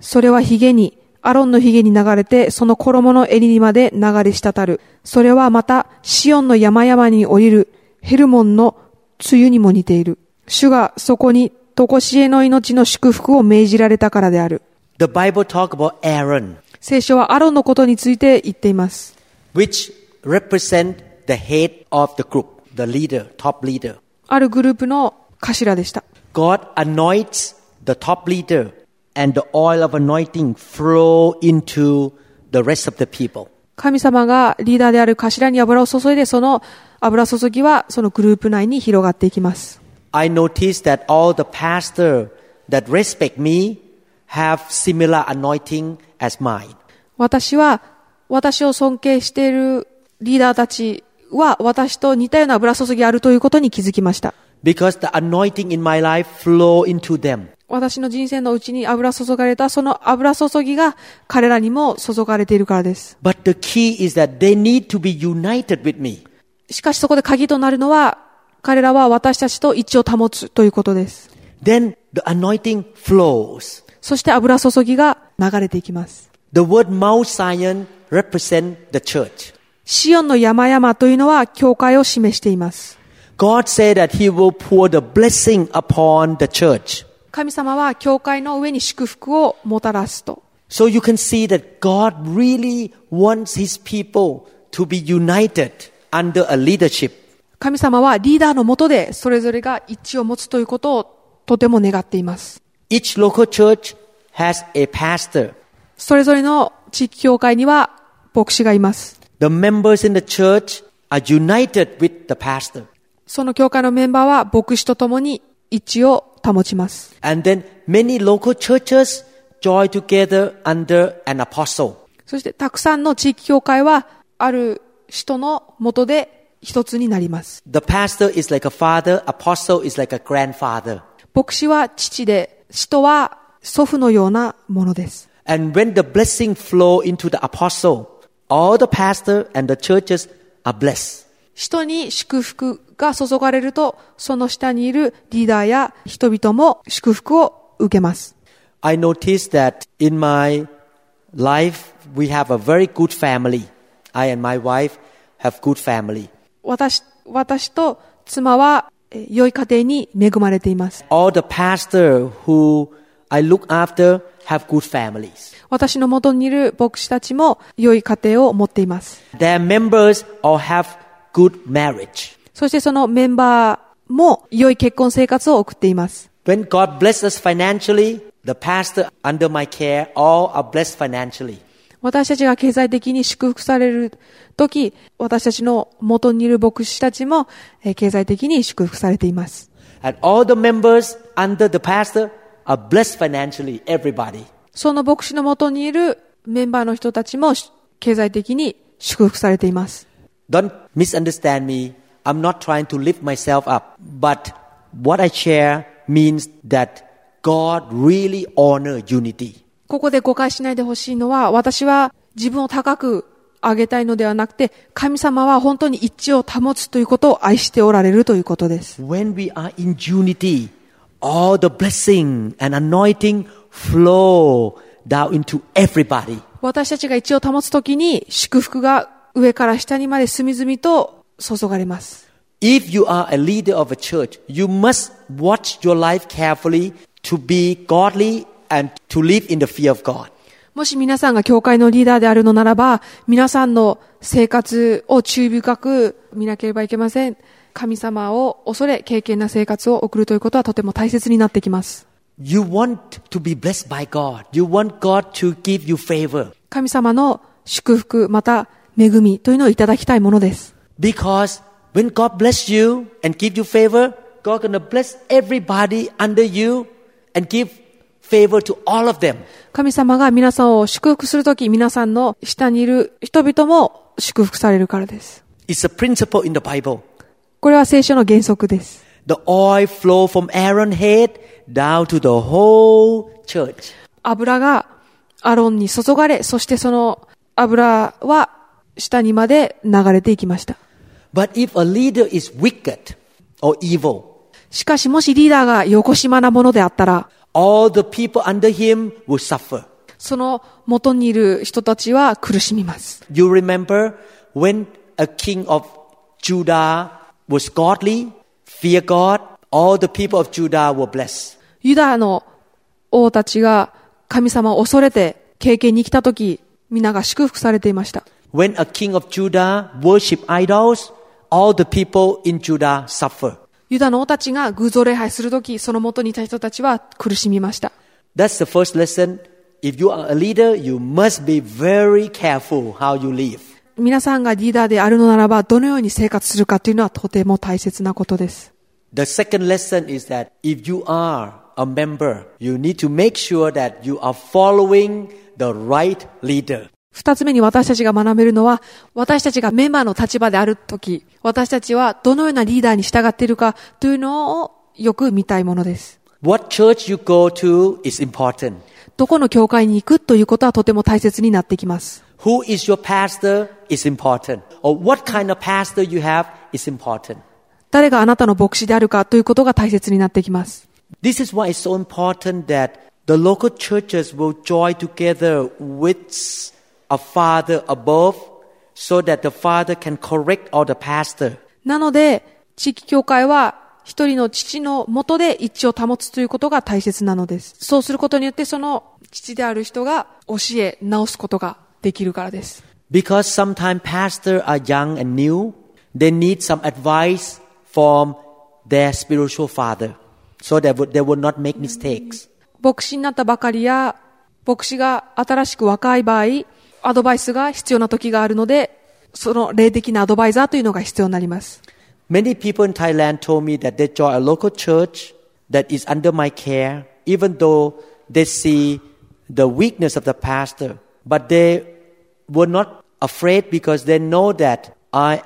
C: それは髭に、アロンの髭に流れて、その衣の襟にまで流れ滴る。それはまた、シオンの山々に降りる、ヘルモンの梅雨にも似ている。主がそこに、とこしえの命の祝福を命じられたからである。
B: The Bible talk about Aaron.
C: 聖書はアロンのことについて言っています。
B: which represent the head of the group, the leader, top leader.
C: あるグループの頭でした。
B: God anoints the top leader and the oil of anointing flow into the rest of the people.
C: 神様がリーダーである頭に油を注いで、その油注ぎはそのグループ内に広がっていきます。
B: I noticed that all the pastors that respect me have similar anointing as mine.
C: 私は、私を尊敬しているリーダーたちは、私と似たような油注ぎがあるということに気づきました。
B: Because the anointing in my life flow into them.
C: 私の人生のうちに油注がれた、その油注ぎが彼らにも注がれているからです。
B: But the key is that they need to be united with me.
C: しかしそこで鍵となるのは、彼らは私たちと一致を保つということです。
B: Then the anointing flows.
C: そして油注ぎが流れていきます。
B: The word Mount Zion represents the church.
C: シオンの山々というのは教会を示しています。
B: God said that He will pour the blessing upon the church.
C: 神様は教会の上に祝福をもたらすと。
B: So you can see that God really wants His people to be united under a leadership.
C: 神様はリーダーのもとでそれぞれが一致を持つということをとても願っています。
B: Each local church has a pastor.
C: それぞれの地域教会には牧師がいます。
B: The members in the church are united with the pastor.
C: その教会のメンバーは牧師と共に一致を保ちます。
B: And then many local churches join together under an apostle.
C: そしてたくさんの地域教会はある人のもとで一つになります。
B: The pastor is like a father, apostle is like a grandfather.
C: 牧師は父で、使徒は祖父のようなものです。
B: And when the blessing flow into the apostle, all the pastor and the churches are blessed.
C: 人に祝福が注がれると、その下にいるリーダーや人々も祝福を受けます。
B: I noticed that in my life we have a very good family. I and my wife have good family.
C: 私、私と妻はえ良い家庭に恵まれています。
B: All the pastor who I look after have good families.
C: 私の元にいる牧師たちも良い家庭を持っています。
B: Their members all have good marriage.
C: そしてそのメンバーも良い結婚生活を送っています。
B: When God bless us financially, the pastor under my care all are blessed financially.
C: 私たちが経済的に祝福されるとき、私たちの元にいる牧師たちもえー経済的に祝福されています。
B: And all the members under the pastor are blessed financially, everybody.
C: その牧師の元にいるメンバーの人たちもし経済的に祝福されています。
B: Don't misunderstand me. I'm not trying to lift myself up. But what I share means that God really honor unity.
C: ここで誤解しないでほしいのは、私は自分を高く上げたいのではなくて、神様は本当に一致を保つということを愛しておられるということです。
B: When we are in unity, all the blessing and anointing flow down into everybody.
C: 私たちが一致を保つときに、祝福が上から下にまで隅々と注がれます。
B: If you are a leader of a church, you must watch your life carefully to be godly and to live in the fear of God.
C: もし皆さんが教会のリーダーであるのならば、皆さんの生活を注意深く見なければいけません。神様を恐れ、敬虔な生活を送るということはとても大切になってきます。
B: You want to be blessed by God. You want God to give you favor
C: 神様の祝福、また恵みというのをいただきたいものです。
B: because when God bless you and give you favor, God gonna bless everybody under you and give favor to all of them.
C: 神様が皆さんを祝福するとき、皆さんの下にいる人々も祝福されるからです。
B: It's a principle in the Bible.
C: これは聖書の原則です。
B: The oil flow from Aaron's head down to the whole church.
C: 油がアロンに注がれ、そしてその油は下にまで流れていきました。
B: But if a leader is wicked or evil,
C: しかしもしリーダーがよこしまなものであったら、
B: all the people under him will suffer.
C: その元にいる人たちは苦しみます。
B: You remember when a king of Judah was godly, fear God, all the people of Judah were blessed.
C: ユダの王たちが神様を恐れて経験に来た時、皆が祝福されていました。
B: When a king of Judah worship idols, all the people in Judah suffer.
C: ユダの王たちが偶像礼拝する時、その元にいた人たちは苦しみました。
B: That's the first lesson. If you are a leader, you must be very careful how you live.
C: 皆さんがリーダーであるのならば、どのように生活するかというのはとても大切なことです。
B: The second lesson is that if you are a member, you need to make sure that you are following the right leader.
C: 二つ目に私たちが学べるのは、私たちがメンバーの立場であるとき、私たちはどのようなリーダーに従っているかというのをよく見たいものです。
B: What church you go to is important.
C: どこの教会に行くということはとても大切になってきます。
B: Who is your pastor is important. Or what kind of pastor you have is important.
C: 誰があなたの牧師であるかということが大切になってきます。
B: This is why it's so important that the local churches will join together with a father above so that the father can correct all the pastor.
C: なので、地域教会は一人の父の下で一致を保つということが大切なのです。そうすることによってその父である人が教え、直すことができるからです。
B: Because sometimes pastors are young and new, they need some advice from their spiritual father so that would- they will not make mistakes.
C: 牧師になったばかりや、牧師が新しく若い場合、アドバイスが必要な時があるので、その霊的なアドバイザーというのが必要になります。
B: Many people in Thailand told me that they join a local church that is under my care, even though they see the weakness of the pastor. But they were not afraid because they know that I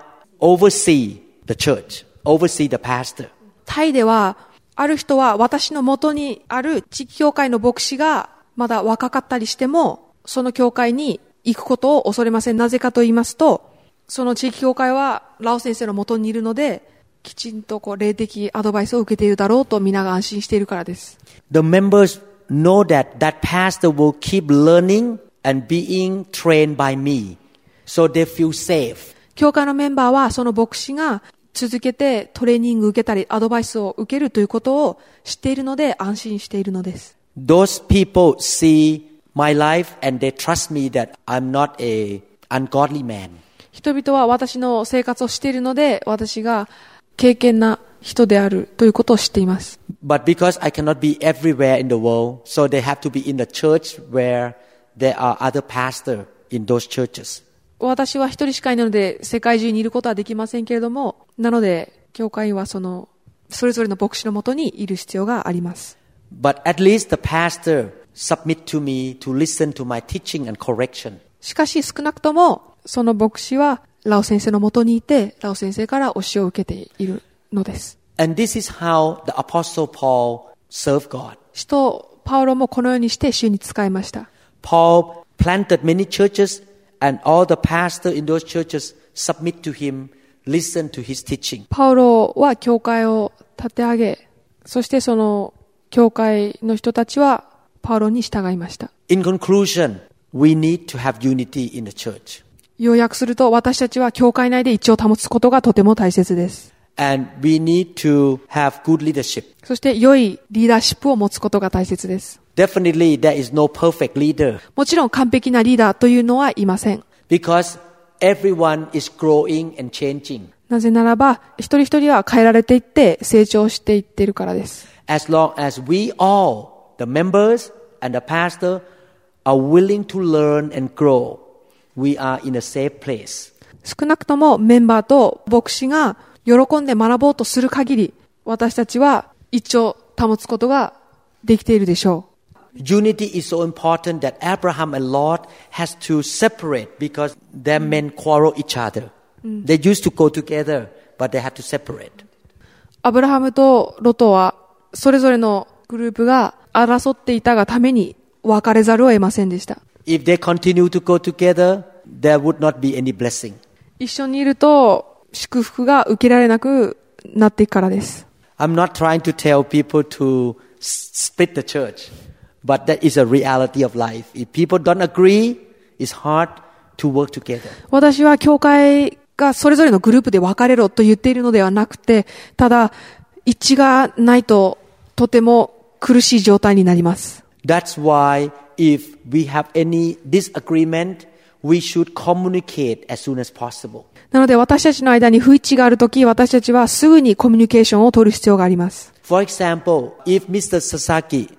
B: oversee the church, oversee the pastor.
C: タイでは、ある人は私の元にある地域教会の牧師がまだ若かったりしても、その教会に行くことを恐れません。なぜかと言いますと、その地域教会はラオ先生の元にいるので、きちんとこう霊的アドバイスを受けているだろうと皆が安心しているからです。
B: The members know that that pastor will keep learning and being trained by me. So they feel safe.
C: 教会のメンバーはその牧師が続けてトレーニング受けたりアドバイスを受けるということを知っているので安心しているのです。
B: Those people see my life and they trust me that I'm not a ungodly man.
C: 人々は私の生活をしているので私が経験な人であるということを知っています。
B: But because I cannot be everywhere in the world, so they have to be in the church where there are other pastors in those churches.
C: 私は一人しかいないので世界中にいることはできませんけれども、なので教会員はそのそれぞれの牧師のもとにいる必要があります。
B: But at least the pastor submit to me to listen to my teaching and correction.
C: しかし少なくともその牧師はラオ先生のもとにいてラオ先生から教えを受けているのです。
B: And this is how the apostle Paul served God.
C: 使徒パウロもこのようにして主に仕えました。
B: Paul planted many churches and all the pastors in those churches submit to him, listen to his teaching.
C: パウロは教会を立て上げ、そしてその教会の人たちはパウロに従いました。
B: In conclusion, we need to have unity in the church.
C: 要約すると私たちは教会内で一致を保つことがとても大切です。
B: And we need to have good leadership.
C: そして良いリーダーシップを持つことが大切です。
B: Definitely there is no perfect leader
C: もちろん完璧なリーダーというのはいません。
B: because everyone is growing and changing.
C: なぜならば、一人一人は変えられていって成長していっているからです。
B: As long as we all, the members and the pastor, are willing to learn and grow, we are in a safe place.
C: 少なくともメンバーと牧師が喜んで学ぼうとする限り、私たちは一応保つことができているでしょ
B: Unity is so important that Abraham and Lot has to separate because their men quarrel each other. They used to go together, but they had to separate.
C: う。アブラハムとロトは、それぞれのグループが争っていたがために別れざるを得ませんでした。
B: If they continue to go together, there would not be any blessing.
C: 一緒にいると祝福が受けられなくなっていくからです。
B: I'm not trying to tell people to s- split the church, but that is a reality of life. If people don't agree, it's hard to work together.
C: 私は教会がそれぞれのグループで別れろと言っているのではなくて、ただ、一致がないととても苦しい状態になります。
B: That's why if we have any disagreement, we should communicate as soon as possible.
C: なので私たちの間に不一致があるとき、私たちはすぐにコミュニケーションを取る必要があります。
B: For example, if Mr. Sasaki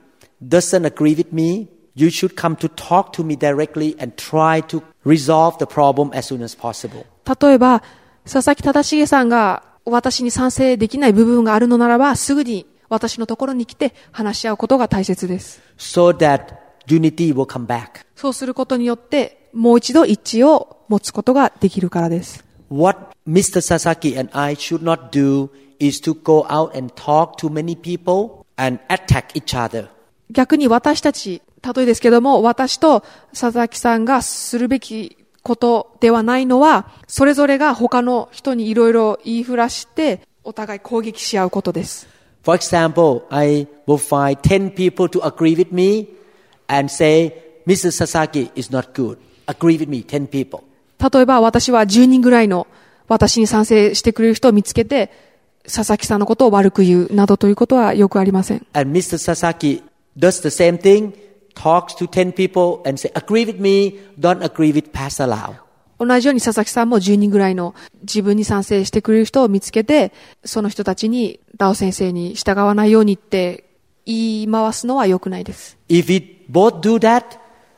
B: doesn't agree with me, you should come to talk to me directly and try to resolve the problem as soon as possible.
C: 例えば、佐々木忠重さんが私に賛成できない部分があるのならば、すぐに私のところに来て話し合うことが大切です。
B: so that unity will come back.
C: そうすることによって、もう一度一致を持つことができるからです。
B: What Mr. Sasaki and I should not do is to go out and talk to many people and attack each other.
C: 逆に私たち、例えですけども、私と佐々木さんがするべきことではないのは、それぞれが他の人にいろいろ言いふらして、お互い攻撃し合うことです。
B: For example, I will find 10 people to agree with me and say, Mr. Sasaki is not good. Agree with me, 10 people.
C: 例えば私は10人ぐらいの私に賛成してくれる人を見つけて、佐々木さんのことを悪く言うなどということはよくありません。
B: And Mr. Sasaki does the same thing, talks to 10 people and say, agree with me, don't agree with Pastor Lau.
C: 同じように佐々木さんも10人ぐらいの自分に賛成してくれる人を見つけて、その人たちにダオ先生に従わないようにって言い回すのは良くないです。
B: If we both do that,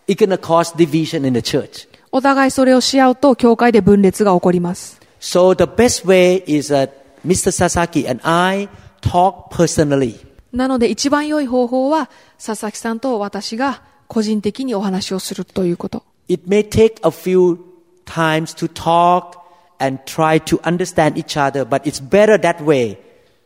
B: it's going to cause division in the church.
C: お互いそれをし合うと、教会で分裂が起こります。
B: So the best way is that Mr. Sasaki and I talk personally.
C: なので一番良い方法は、佐々木さんと私が個人的にお話をするということ。
B: It may take a few times to talk and try to understand each other, but it's better that way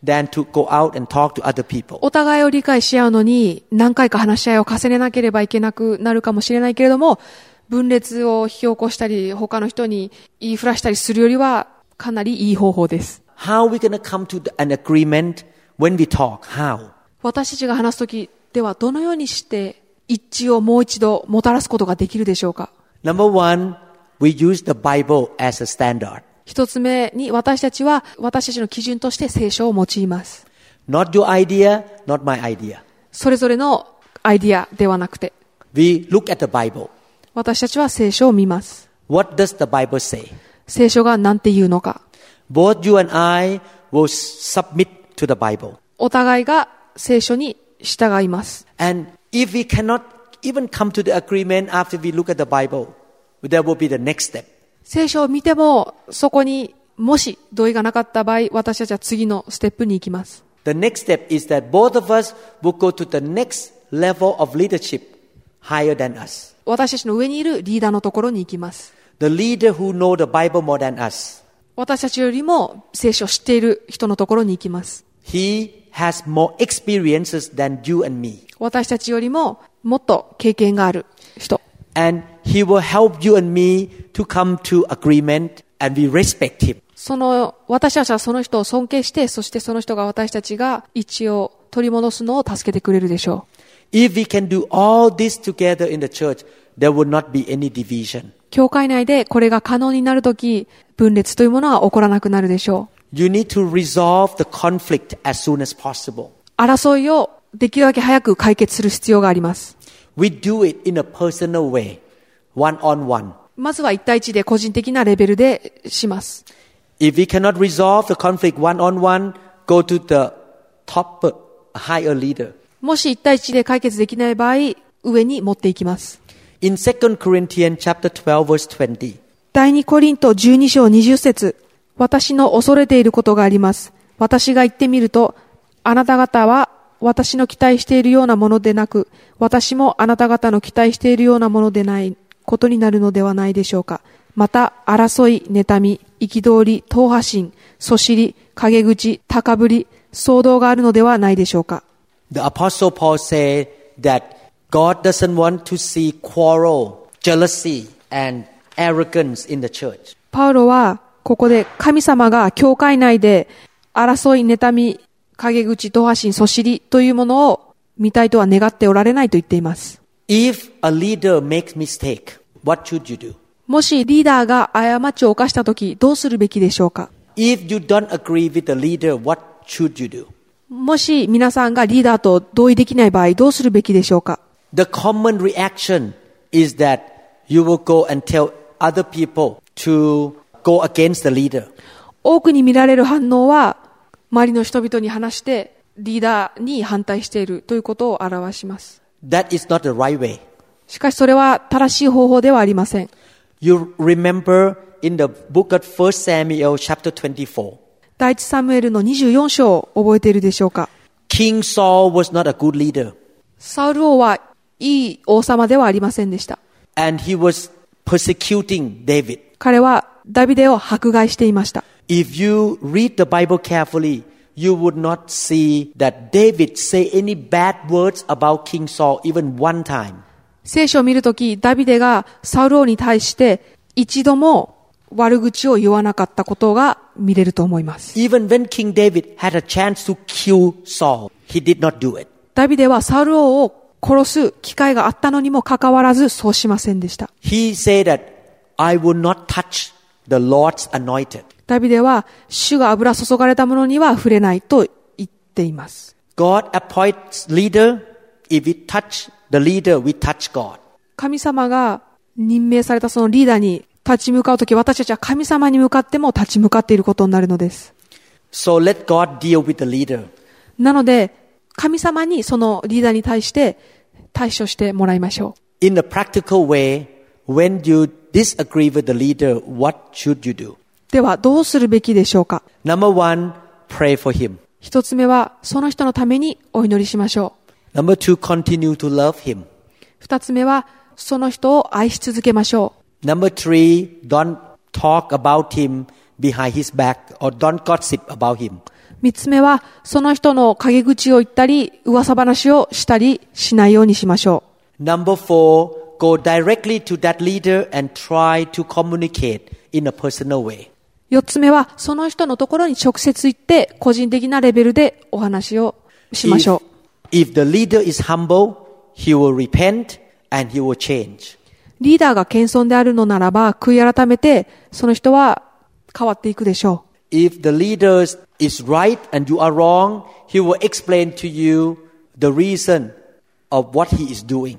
B: than to go out and talk to other people.
C: お互いを理解し合うのに何回か話し合いを重ねなければいけなくなるかもしれないけれども、分裂を引き起こしたり、他の人に言いふらしたりするよりはかなりいい方法です。
B: How are we going to come to an agreement when we talk? How?
C: 私たちが話すときではどのようにして一致をもう一度もたらすことができるでしょうか
B: Number one, we use the Bible as a standard.
C: 一つ目に私たちは私たちの基準として聖書を用います。
B: Not your idea, not my idea.
C: それぞれのアイディアではなくて、
B: We look at the Bible.
C: 私たちは聖書を見ます。
B: What does the Bible say?
C: 聖書が何て言うのか。
B: Both you and I will s- submit to the Bible.
C: お互いが聖書に従います。
B: And if we cannot even come to the agreement after we look at the Bible, that will be the next step.
C: 聖書を見ても、そこにもし同意がなかった場合、私たちは次のステップに行きます。
B: The next step is that both of us will go to the next level of leadership higher than us.
C: 私たちの上にいるリーダーのところに行きます。
B: The leader who know the Bible more than us.
C: 私たちよりも聖書を知っている人のところに行きます。
B: He has more experiences than you and me.
C: 私たちよりももっと経験がある人。
B: And he will help you and me to come to agreement and we respect him.
C: その、私たちはその人を尊敬して、そしてその人が私たちが一応取り戻すのを助けてくれるでしょう。
B: If we can do all this together in the church, there will not be any division.
C: 教会内でこれが可能になるとき、分裂というものは起こらなくなるでしょう。
B: You need to resolve the conflict as soon as possible.
C: 争いをできるだけ早く解決する必要があります。
B: We do it in a personal way, one on one.
C: まずは一対一で個人的なレベルでします。
B: If we cannot resolve the conflict one on one, go to the top uh, higher leader.
C: もし一対一で解決できない場合、上に持っていきます。
B: In 2 Corinthians chapter 12 verse 20,
C: 第2コリント12章20節私の恐れていることがあります。私が言ってみると、あなた方は私の期待しているようなものでなく、私もあなた方の期待しているようなものでないことになるのではないでしょうか。また、争い、妬み、憤り、党派心、そしり、陰口、高ぶり、騒動があるのではないでしょうか。
B: the apostle Paul said that God doesn't want to see quarrel, jealousy, and arrogance in the church.
C: パウロは、ここで神様が教会内で争い、妬み、陰口、ドハシン、そしりというものを見たいとは願っておられないと言っています。
B: If a leader makes mistake, what should you do?
C: もしリーダーが過ちを犯したとき、どうするべきでしょうか
B: If you don't agree with the leader, what should you do?
C: もし皆さんがリーダーと同意できない場合、どうするべきでしょうか
B: The common reaction is that you will go and tell other people to go against the leader.
C: 多くに見られる反応は、周りの人々に話して、リーダーに反対しているということを表します。
B: That is not the right way.
C: しかしそれは正しい方法ではありません。
B: You remember in the book of 1 Samuel chapter 24,
C: 第一サムエルの24章を覚えているでしょうか
B: King Saul was not a good leader
C: サウル王はいい王様ではありませんでした。
B: and he was persecuting David.
C: 彼はダビデを迫害していました。
B: If you read the Bible carefully, you would not see that David say any bad words about King Saul even one time.
C: 聖書を見るとき、ダビデがサウル王に対して一度も悪口を言わなかったことが見れると思います。
B: Even when King David had a chance to kill Saul, he did not do it.
C: ダビデはサウル王を殺す機会があったのにもかかわらずそうしませんでした。
B: He said that I will not touch the Lord's anointed.
C: ダビデは主が油注がれたものには触れないと言っています。
B: God appoints leader. If we touch the leader, we touch God.
C: 神様が任命されたそのリーダーに立ち向かうとき、私たちは神様に向かっても立ち向かっていることになるのです。
B: So let God deal with the leader.
C: なので、神様にそのリーダーに対して対処してもらいましょう。
B: In a practical way, when you disagree with the leader, what should you do?
C: では、どうするべきでしょうか
B: Number one, pray for him.
C: 一つ目は、その人のためにお祈りしましょう。
B: Number two, continue to love him.
C: 二つ目は、その人を愛し続けましょう。
B: Number three, don't talk about him behind his back or don't gossip about him.
C: 三つ目は、その人の陰口を言ったり、噂話をしたりしないようにしましょう。
B: Number four, go directly to that leader and try to communicate in a personal way.
C: 四つ目は、その人のところに直接行って、個人的なレベルでお話をしまし
B: If,
C: ょう。
B: if the leader is humble, he will repent and he will change.
C: リーダーが謙遜であるのならば、悔い改めて、その人は変わっていくでしょう。
B: If the leader is right and you are wrong, he will explain to you the reason of what he is doing.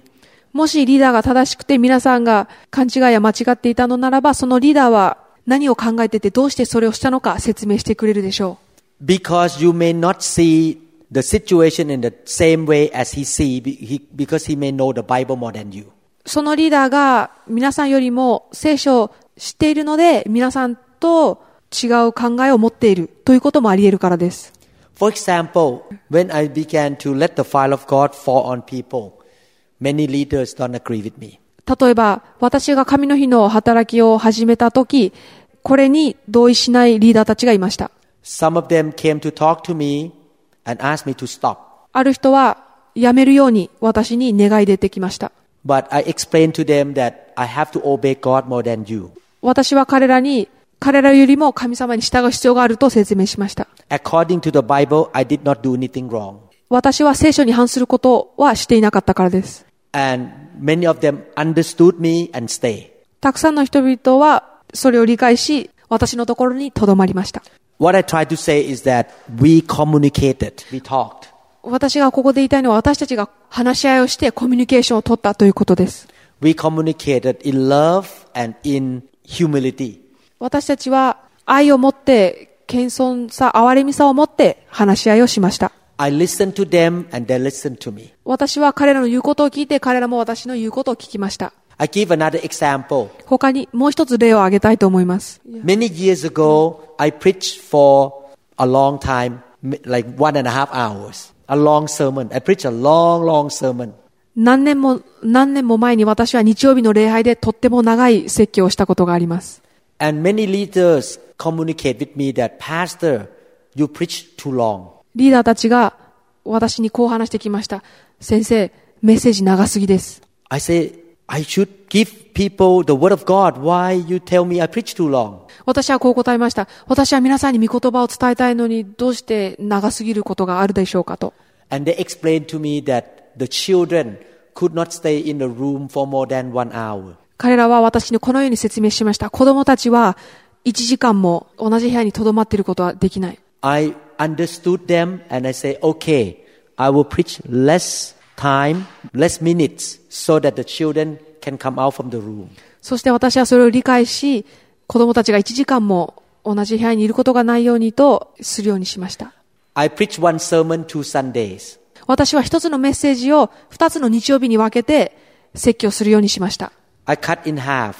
C: もしリーダーが正しくて皆さんが勘違いや間違っていたのならば、そのリーダーは何を考えててどうしてそれをしたのか説明してくれるでしょ
B: Because you may not see the situation in the same way as he see, be- he, because he may know the Bible more than you.
C: う。そのリーダーが皆さんよりも聖書を知っているので、皆さんと違う考えを持っているということもあり得るからです。
B: For example, when I began to let the fire of God fall on people, many leaders don't agree with me.
C: 例えば、私が神の日の働きを始めたとき、これに同意しないリーダーたちがいました。
B: Some of them came to talk to me and asked me to stop.
C: ある人はやめるように私に願い出てきました。
B: But I explained to them that I have to obey God more than you.
C: 私は彼らに、彼らよりも神様に従う必要があると説明しました。
B: According to the Bible, I did not do anything wrong.
C: 私は聖書に反することはしていなかったからです。
B: And many of them understood me and stayed.
C: たくさんの人々はそれを理解し、私のところに留まりました。
B: What I try to say is that we communicated, we talked.
C: 私がここで言いたいのは私たちが話し合いをしてコミュニケーションを取ったということです。
B: We communicated in love and in humility.
C: 私たちは愛を持って、謙遜さ、憐れみさを持って話し合いをしました。
B: I listened to them and they listened to me.
C: 私は彼らの言うことを聞いて、彼らも私の言うことを聞きました。
B: I give another example.
C: 他にもう一つ例を挙げたいと思います。
B: Many years ago, I preached for a long time, m- like one and a half hours, a long sermon. I preached a long, long sermon.
C: 何年も、何年も前に私は日曜日の礼拝でとっても長い説教をしたことがあります。
B: And many leaders communicate with me that, Pastor, you preach too long.
C: リーダーたちが私にこう話してきました。先生、メッセージ長すぎです。
B: I say, I should give people the word of God. Why you tell me I preach too long?
C: 私はこう答えました。私は皆さんに御言葉を伝えたいのにどうして長すぎることがあるでしょうかと。
B: And they explained to me that the children could not stay in the room for more than one hour.
C: 彼らは私にこのように説明しました。子供たちは1時間も同じ部屋に留まっていることはできない。
B: I understood them and I say, okay, I will preach less time, less minutes so that the children can come out from the room.
C: そして私はそれを理解し、子供たちが1時間も同じ部屋にいることがないようにとするようにしました。
B: I preach one sermon two Sundays.
C: 私は一つのメッセージを二つの日曜日に分けて説教するようにしました。
B: I cut in half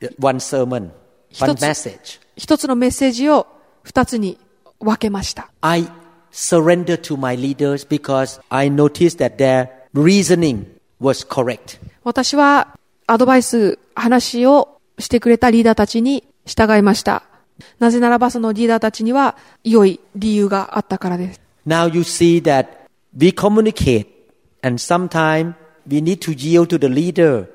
B: uh, one sermon, one
C: 一つ
B: message.
C: 一つのメッセージを二つに分けました。
B: I surrender to my leaders because I noticed that their reasoning was correct.
C: 私はアドバイス、話をしてくれたリーダーたちに従いました。なぜならばそのリーダーたちには良い理由があったからです。
B: Now you see that we communicate, and sometimes we need to yield to the leader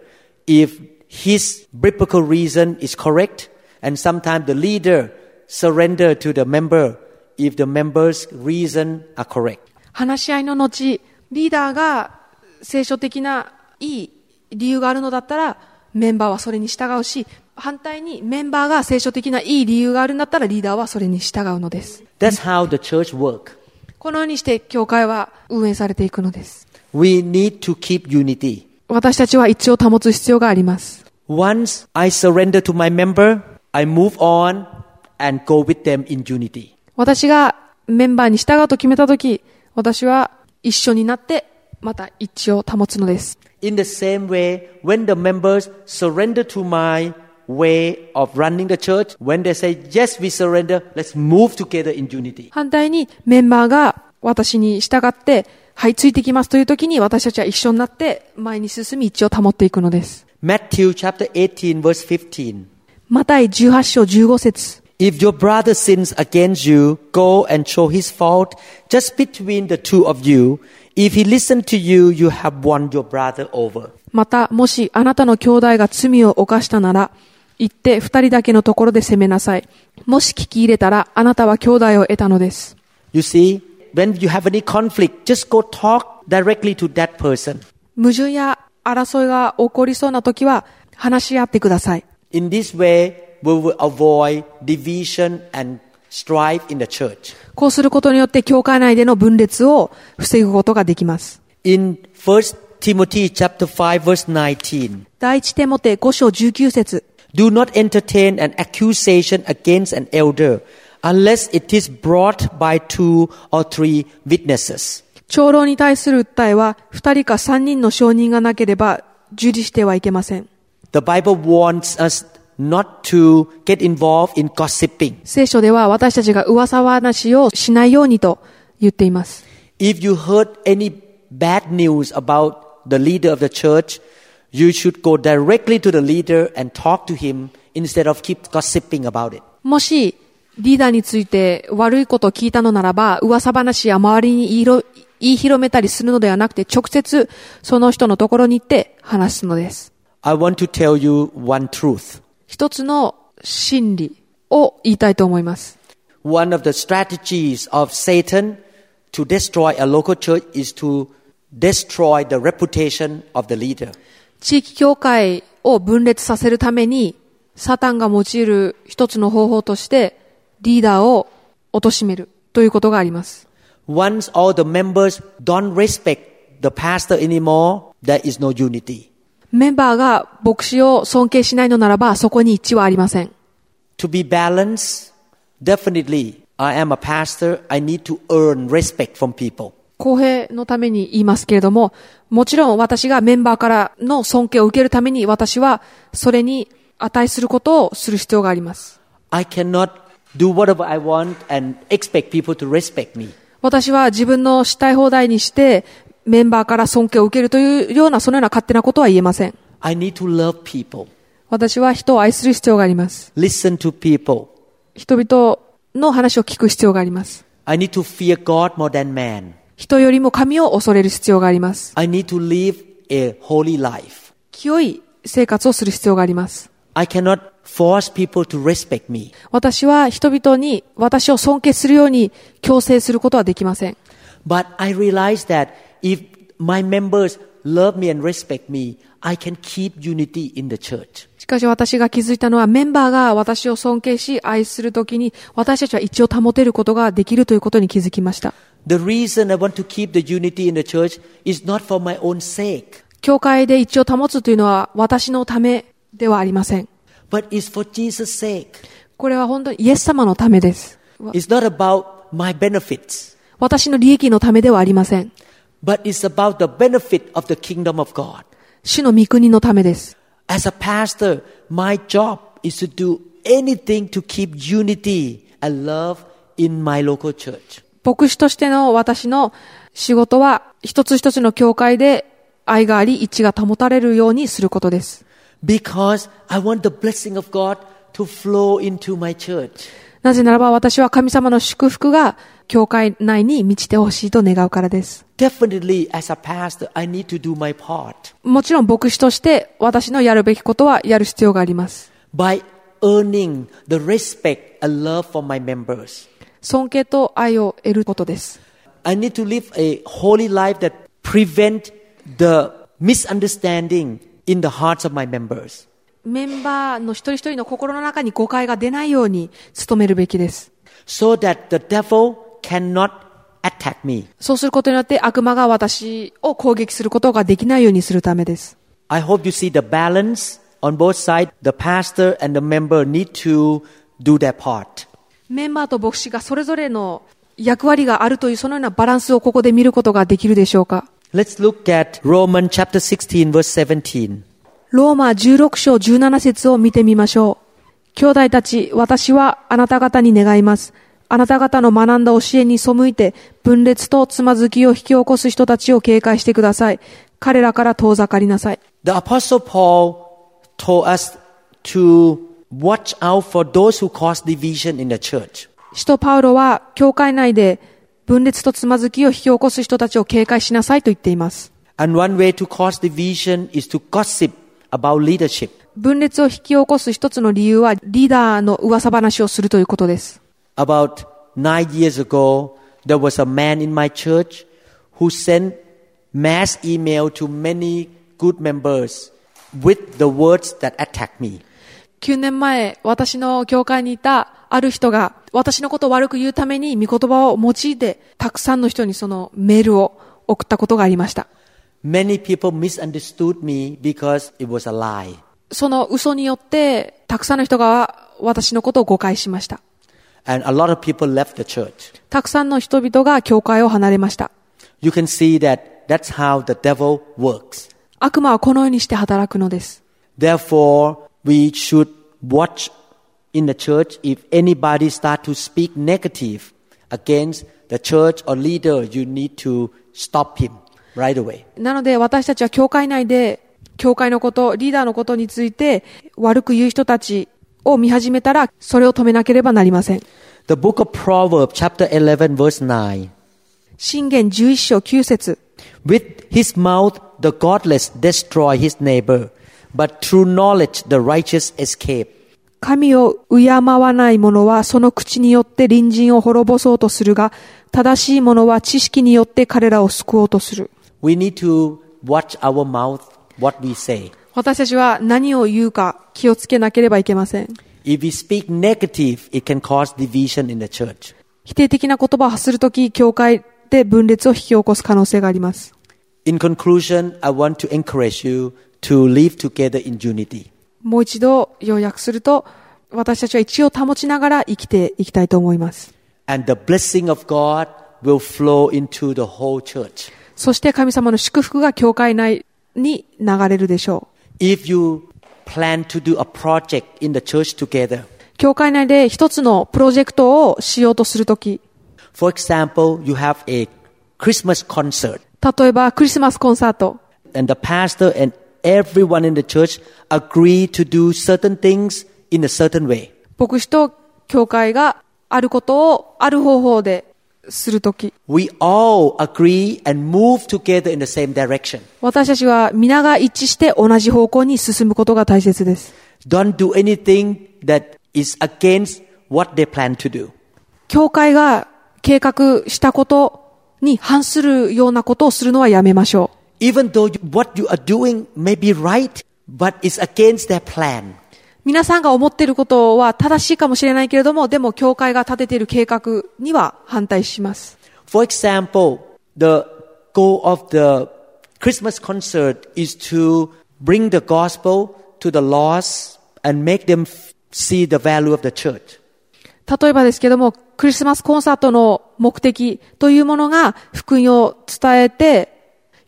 B: if his biblical reason is correct, and sometimes the leader surrender to the member if the member's reason are correct.
C: 話し合いの後、リーダーが聖書的ないい理由があるのだったら、メンバーはそれに従うし、反対にメンバーが聖書的ないい理由があるんだったらリーダーはそれに従うのです。
B: That's how the church works.
C: このようにして教会は運営されていくのです。
B: We need to keep unity.
C: 私たちは一致を保つ必要があります。
B: Once I surrender to my member, I move on and go with them in unity.
C: 私がメンバーに従うと決めたとき、私は一緒になって、また一致を保つのです。
B: In the same way, when the members surrender to my way of running the church, when they say, Yes, we surrender, let's move together in unity.
C: 反対にメンバーが私に従って、はい、ついてきますというときに私たちは一緒になって前に進み一致を保っていくのです。
B: Matthew chapter 18, verse 15.
C: マタイ18章15節
B: If your brother sins against you, go and show his fault just between the two of you. If he listens to you, you have won your brother over.
C: また、もしあなたの兄弟が罪を犯したなら、行って二人だけのところで責めなさい。もし聞き入れたら、あなたは兄弟を得たのです。
B: You see, when you have any conflict, just go talk directly to that person.
C: 矛盾や争いが起こりそうな時は、話し合ってください。
B: In this way, we will avoid division and strife in the church.
C: こうすることによって教会内での分裂を防ぐことができます。
B: In 1 Timothy chapter 5 verse 19,
C: 第一手モて5章19節
B: do not entertain an accusation against an elder unless it is brought by two or three witnesses.
C: 長老に対する訴えは、二人か三人の証人がなければ受理してはいけません。
B: The Bible warns us not to get involved in gossiping.
C: 聖書では私たちが噂話をしないようにと言っています。
B: If you heard any bad news about the leader of the church, you should go directly to the leader and talk to him instead of keep gossiping about it.
C: もし、リーダーについて悪いことを聞いたのならば、噂話や周りに言いろ言い広めたりするのではなくて、直接その人のところに行って話すのです。
B: I want to tell you one truth.
C: 一つの真理を言いたいと思います。
B: One of the strategies of Satan to destroy a local church is to destroy the reputation of the leader.
C: 地域教会を分裂させるために、サタンが用いる一つの方法として、リーダーを貶めるということがあります。
B: Once all the members don't respect the pastor anymore, there is no unity.
C: メンバーが牧師を尊敬しないのならば、そこに一致はありません。
B: To be balanced, definitely, I am a pastor. I need to earn respect from people.
C: 公平のために言いますけれども、もちろん私がメンバーからの尊敬を受けるために私はそれに値することをする必要があります。
B: I cannot do whatever I want and expect people to respect me.
C: 私は自分のしたい放題にしてメンバーから尊敬を受けるというようなそのような勝手なことは言えません。
B: I need to love people,
C: 私は人を愛する必要があります。
B: listen to people.
C: 人々の話を聞く必要があります。
B: I need to fear God more than man.
C: 人よりも神を恐れる必要があります。
B: I need to live a holy life.
C: 清い生活をする必要があります。
B: I cannot force people to respect me.
C: 私は人々に私を尊敬するように強制することはできません。
B: But I realize that if my members love me and respect me, I can keep unity in the church.
C: しかし私が気づいたのはメンバーが私を尊敬し愛するときに私たちは一応保てることができるということに気づきました。
B: The reason I want to keep the unity in the church is not for my own sake,
C: 教会で一応保つというのは私のためではありません。
B: but it's for Jesus' sake.
C: これは本当にイエス様のためです。わ
B: It's not about my benefits,
C: 私の利益のためではありません。
B: but it's about the benefit of the kingdom of God.
C: 主の御国のためです。
B: As a pastor, my job is to do anything to keep unity and love in my local church.
C: 牧師としての私の仕事は、一つ一つの教会で愛があり、一致が保たれるようにすることです。
B: Because I want the blessing of God to flow into my church.
C: なぜならば私は神様の祝福が教会内に満ちてほしいと願うからです。
B: Definitely, as a pastor, I need to do my part
C: もちろん牧師として私のやるべきことはやる必要があります。
B: by earning the respect and love for my members.
C: 尊敬と愛を得ることです。
B: I need to live a holy life that prevent the misunderstanding in the hearts of my members.
C: メンバーの一人一人の心の中に誤解が出ないように努めるべきです。
B: so that the devil cannot attack me.
C: そうすることによって悪魔が私を攻撃することができないようにするためです。
B: I hope you see the balance on both sides. The pastor and the member need to do their part.
C: メンバーと牧師がそれぞれの役割があるというそのようなバランスをここで見ることができるでしょうか。
B: Let's look at Romans chapter 16 verse 17.
C: ローマ16章17節を見てみましょう。兄弟たち、私はあなた方に願います。あなた方の学んだ教えに背いて、分裂とつまずきを引き起こす人たちを警戒してください。彼らから遠ざかりなさい。
B: The apostle Paul told us to watch out for those who cause division in the church.
C: 使徒パウロは、教会内で分裂とつまずきを引き起こす人たちを警戒しなさいと言っています。
B: And one way to cause division is to gossip about leadership.
C: 分裂を引き起こす一つの理由は、リーダーの噂話をするということです。
B: About nine years ago, there was a man in my church who sent mass email to many good members with the words that attacked me.
C: 9年前、私の教会にいたある人が、私のことを悪く言うために、御言葉を用いて、たくさんの人にそのメールを送ったことがありました。
B: Many people misunderstood me because it was a lie.
C: その嘘によって、たくさんの人が私のことを誤解しました。
B: And a lot of people left the church.
C: たくさんの人々が教会を離れました。
B: You can see that that's how the devil works.
C: 悪魔はこのようにして働くのです。
B: Therefore, we should watch in the church if anybody start to speak negative against the church or leader, you need to stop him right away.
C: なので私たちは教会内で、教会のこと、リーダーのことについて、悪く言う人たちを見始めたら、それを止めなければなりません。
B: The book of Proverbs chapter 11 verse 9.
C: 信玄11章9節
B: With his mouth the godless destroy his neighbor, but through knowledge the righteous escape.
C: 神を敬わない者はその口によって隣人を滅ぼそうとするが、正しい者は知識によって彼らを救おうとする。
B: We need to watch our mouth, what we say.
C: 私たちは何を言うか気をつけなければいけません。
B: If we speak negative, it can cause division in the church.
C: 否定的な言葉を発するとき、教会で分裂を引き起こす可能性があります。
B: In conclusion, I want to encourage you to live together in unity.
C: もう一度要約すると、私たちは一を保ちながら生きていきたいと思います。
B: And the blessing of God will flow into the whole church.
C: そして神様の祝福が教会内に流れるでしょう。
B: If you plan to do a project in the church together,
C: 教会内で一つのプロジェクトをしようとするとき、
B: for example, you have a Christmas concert
C: 例えばクリスマスコンサート、
B: and the pastor and everyone in the church agree to do certain things in a certain way.
C: 牧師と教会があることをある方法でするとき、
B: We all agree and move together in the same direction.
C: 私たちは皆が一致して同じ方向に進むことが大切です。
B: Don't do anything that is against what they plan to do.
C: 教会が計画したことに反するようなことをするのはやめましょう。
B: Even though you- what you are doing may be right, but it's against their plan.
C: 皆さんが思っていることは正しいかもしれないけれども、でも教会が立てている計画には反対します。
B: For example, the goal of the Christmas concert is to bring the gospel to the lost and make them f- see the value of the church.
C: 例えばですけども、クリスマスコンサートの目的というものが福音を伝えて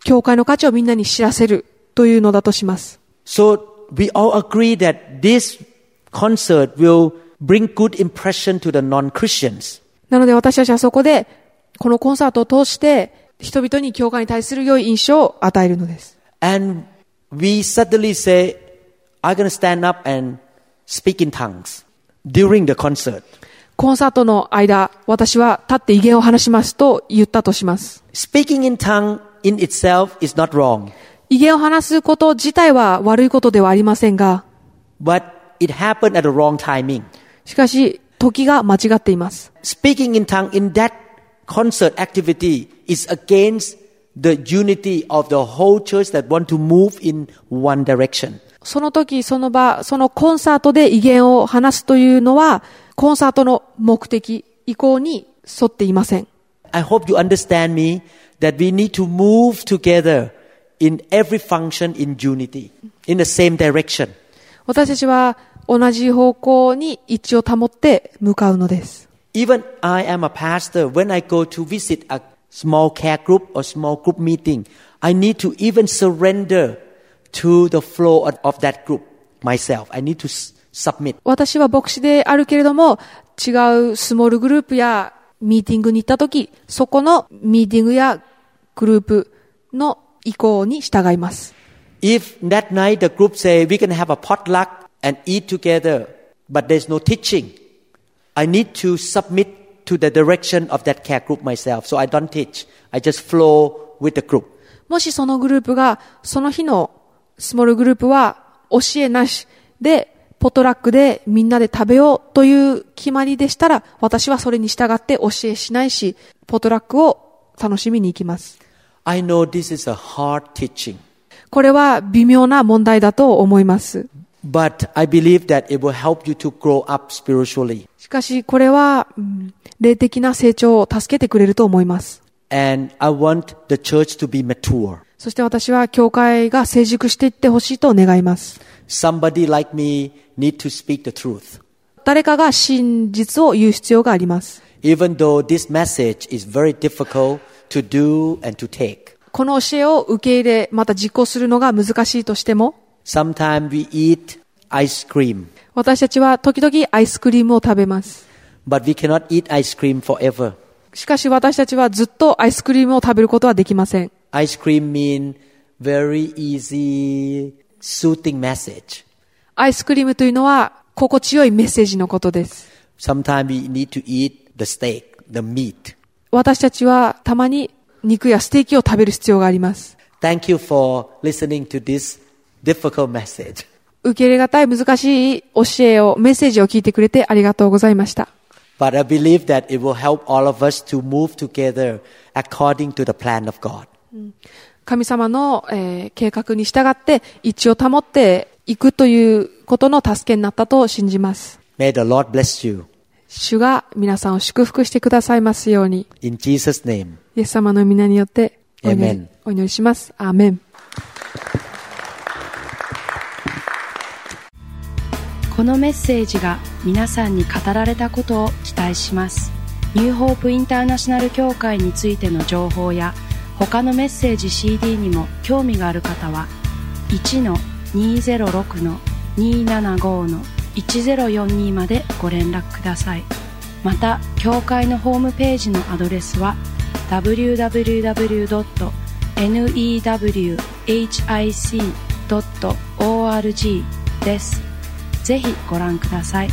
C: 教会の価値をみんなに知らせるというのだとします。
B: So we all agree that this concert will bring good impression to the non-Christians.
C: なので私たちはそこで、このコンサートを通して、人々に教会に対する良い印象を与えるのです。
B: And we suddenly say, I'm going to stand up and speak in tongues during the concert.
C: コンサートの間、私は立って威厳を話しますと言ったとします。
B: Speaking in tongue in itself is not wrong,
C: 威厳を話すこと自体は悪いことではありませんが、
B: but it happened at the wrong timing.
C: しかし、時が間違っています。
B: Speaking in tongue in that concert activity is against the unity of the whole church that want to move in one direction.
C: その時、その場、そのコンサートで威厳を話すというのは、コンサートの目的、意向に沿っていません。
B: I hope you understand me that we need to move together in every function in unity, in the same direction.
C: 私たちは同じ方向に一致を保って向かうのです。
B: Even I am a pastor, when I go to visit a small care group or small group meeting, I need to even surrender to the flow of- of that group myself. I need to s- submit.
C: 私は牧師であるけれども、違うスモールグループやミーティングに行った時、そこのミーティングやグループの意向に従います。
B: If that night the group say we can have a potluck and eat together, but there's no teaching, I need to submit to the direction of that care group myself. So I don't teach. I just flow with the group.
C: もしそのグループが、その日のスモールグループは教えなしで、ポトラックでみんなで食べようという決まりでしたら、私はそれに従って教えしないし、ポトラックを楽しみに行きます。
B: I know this is a hard teaching,
C: これは微妙な問題だと思います。
B: but I believe that it will help you to grow up spiritually.
C: しかし、これは、うん霊的な成長を助けてくれると思います。
B: And I want the church to be mature.
C: そして私は、教会が成熟していってほしいと願います。
B: Somebody like me need to speak the truth.
C: 誰かが真実を言う必要があります。
B: Even though this message is very difficult to do and to take.
C: この教えを受け入れ、また実行するのが難しいとしても、
B: Sometimes we eat ice cream,
C: 私たちは時々アイスクリームを食べます。
B: but we cannot eat ice cream forever.
C: しかし私たちはずっとアイスクリームを食べることはできません。
B: Ice cream mean very easy, soothing message.
C: アイスクリームというのは心地よいメッセージのことです。
B: Sometimes we need to eat the steak, the meat.
C: 私たちはたまに肉やステーキを食べる必要があります。
B: Thank you for listening to this difficult message.
C: 受け入れがたい難しい教えを、メッセージを聞いてくれてありがとうございました。
B: But I believe that it will help all of us to move together according to the plan of God.
C: 神様の、えー計画に従って一致を保っていくということの助けになったと信じます。
B: May the Lord bless you.
C: 主が皆さんを祝福してくださいますように、
B: In Jesus' name.
C: イエス様の皆によってお祈り
B: Amen
C: お祈りします。アーメン。
A: このメッセージが皆さんに語られたことを期待しますニューホープインターナショナル協会についての情報や他のメッセージ CD にも興味がある方は1-206-275-1042までご連絡くださいまた協会のホームページのアドレスは www.newhic.org ですぜひご覧ください。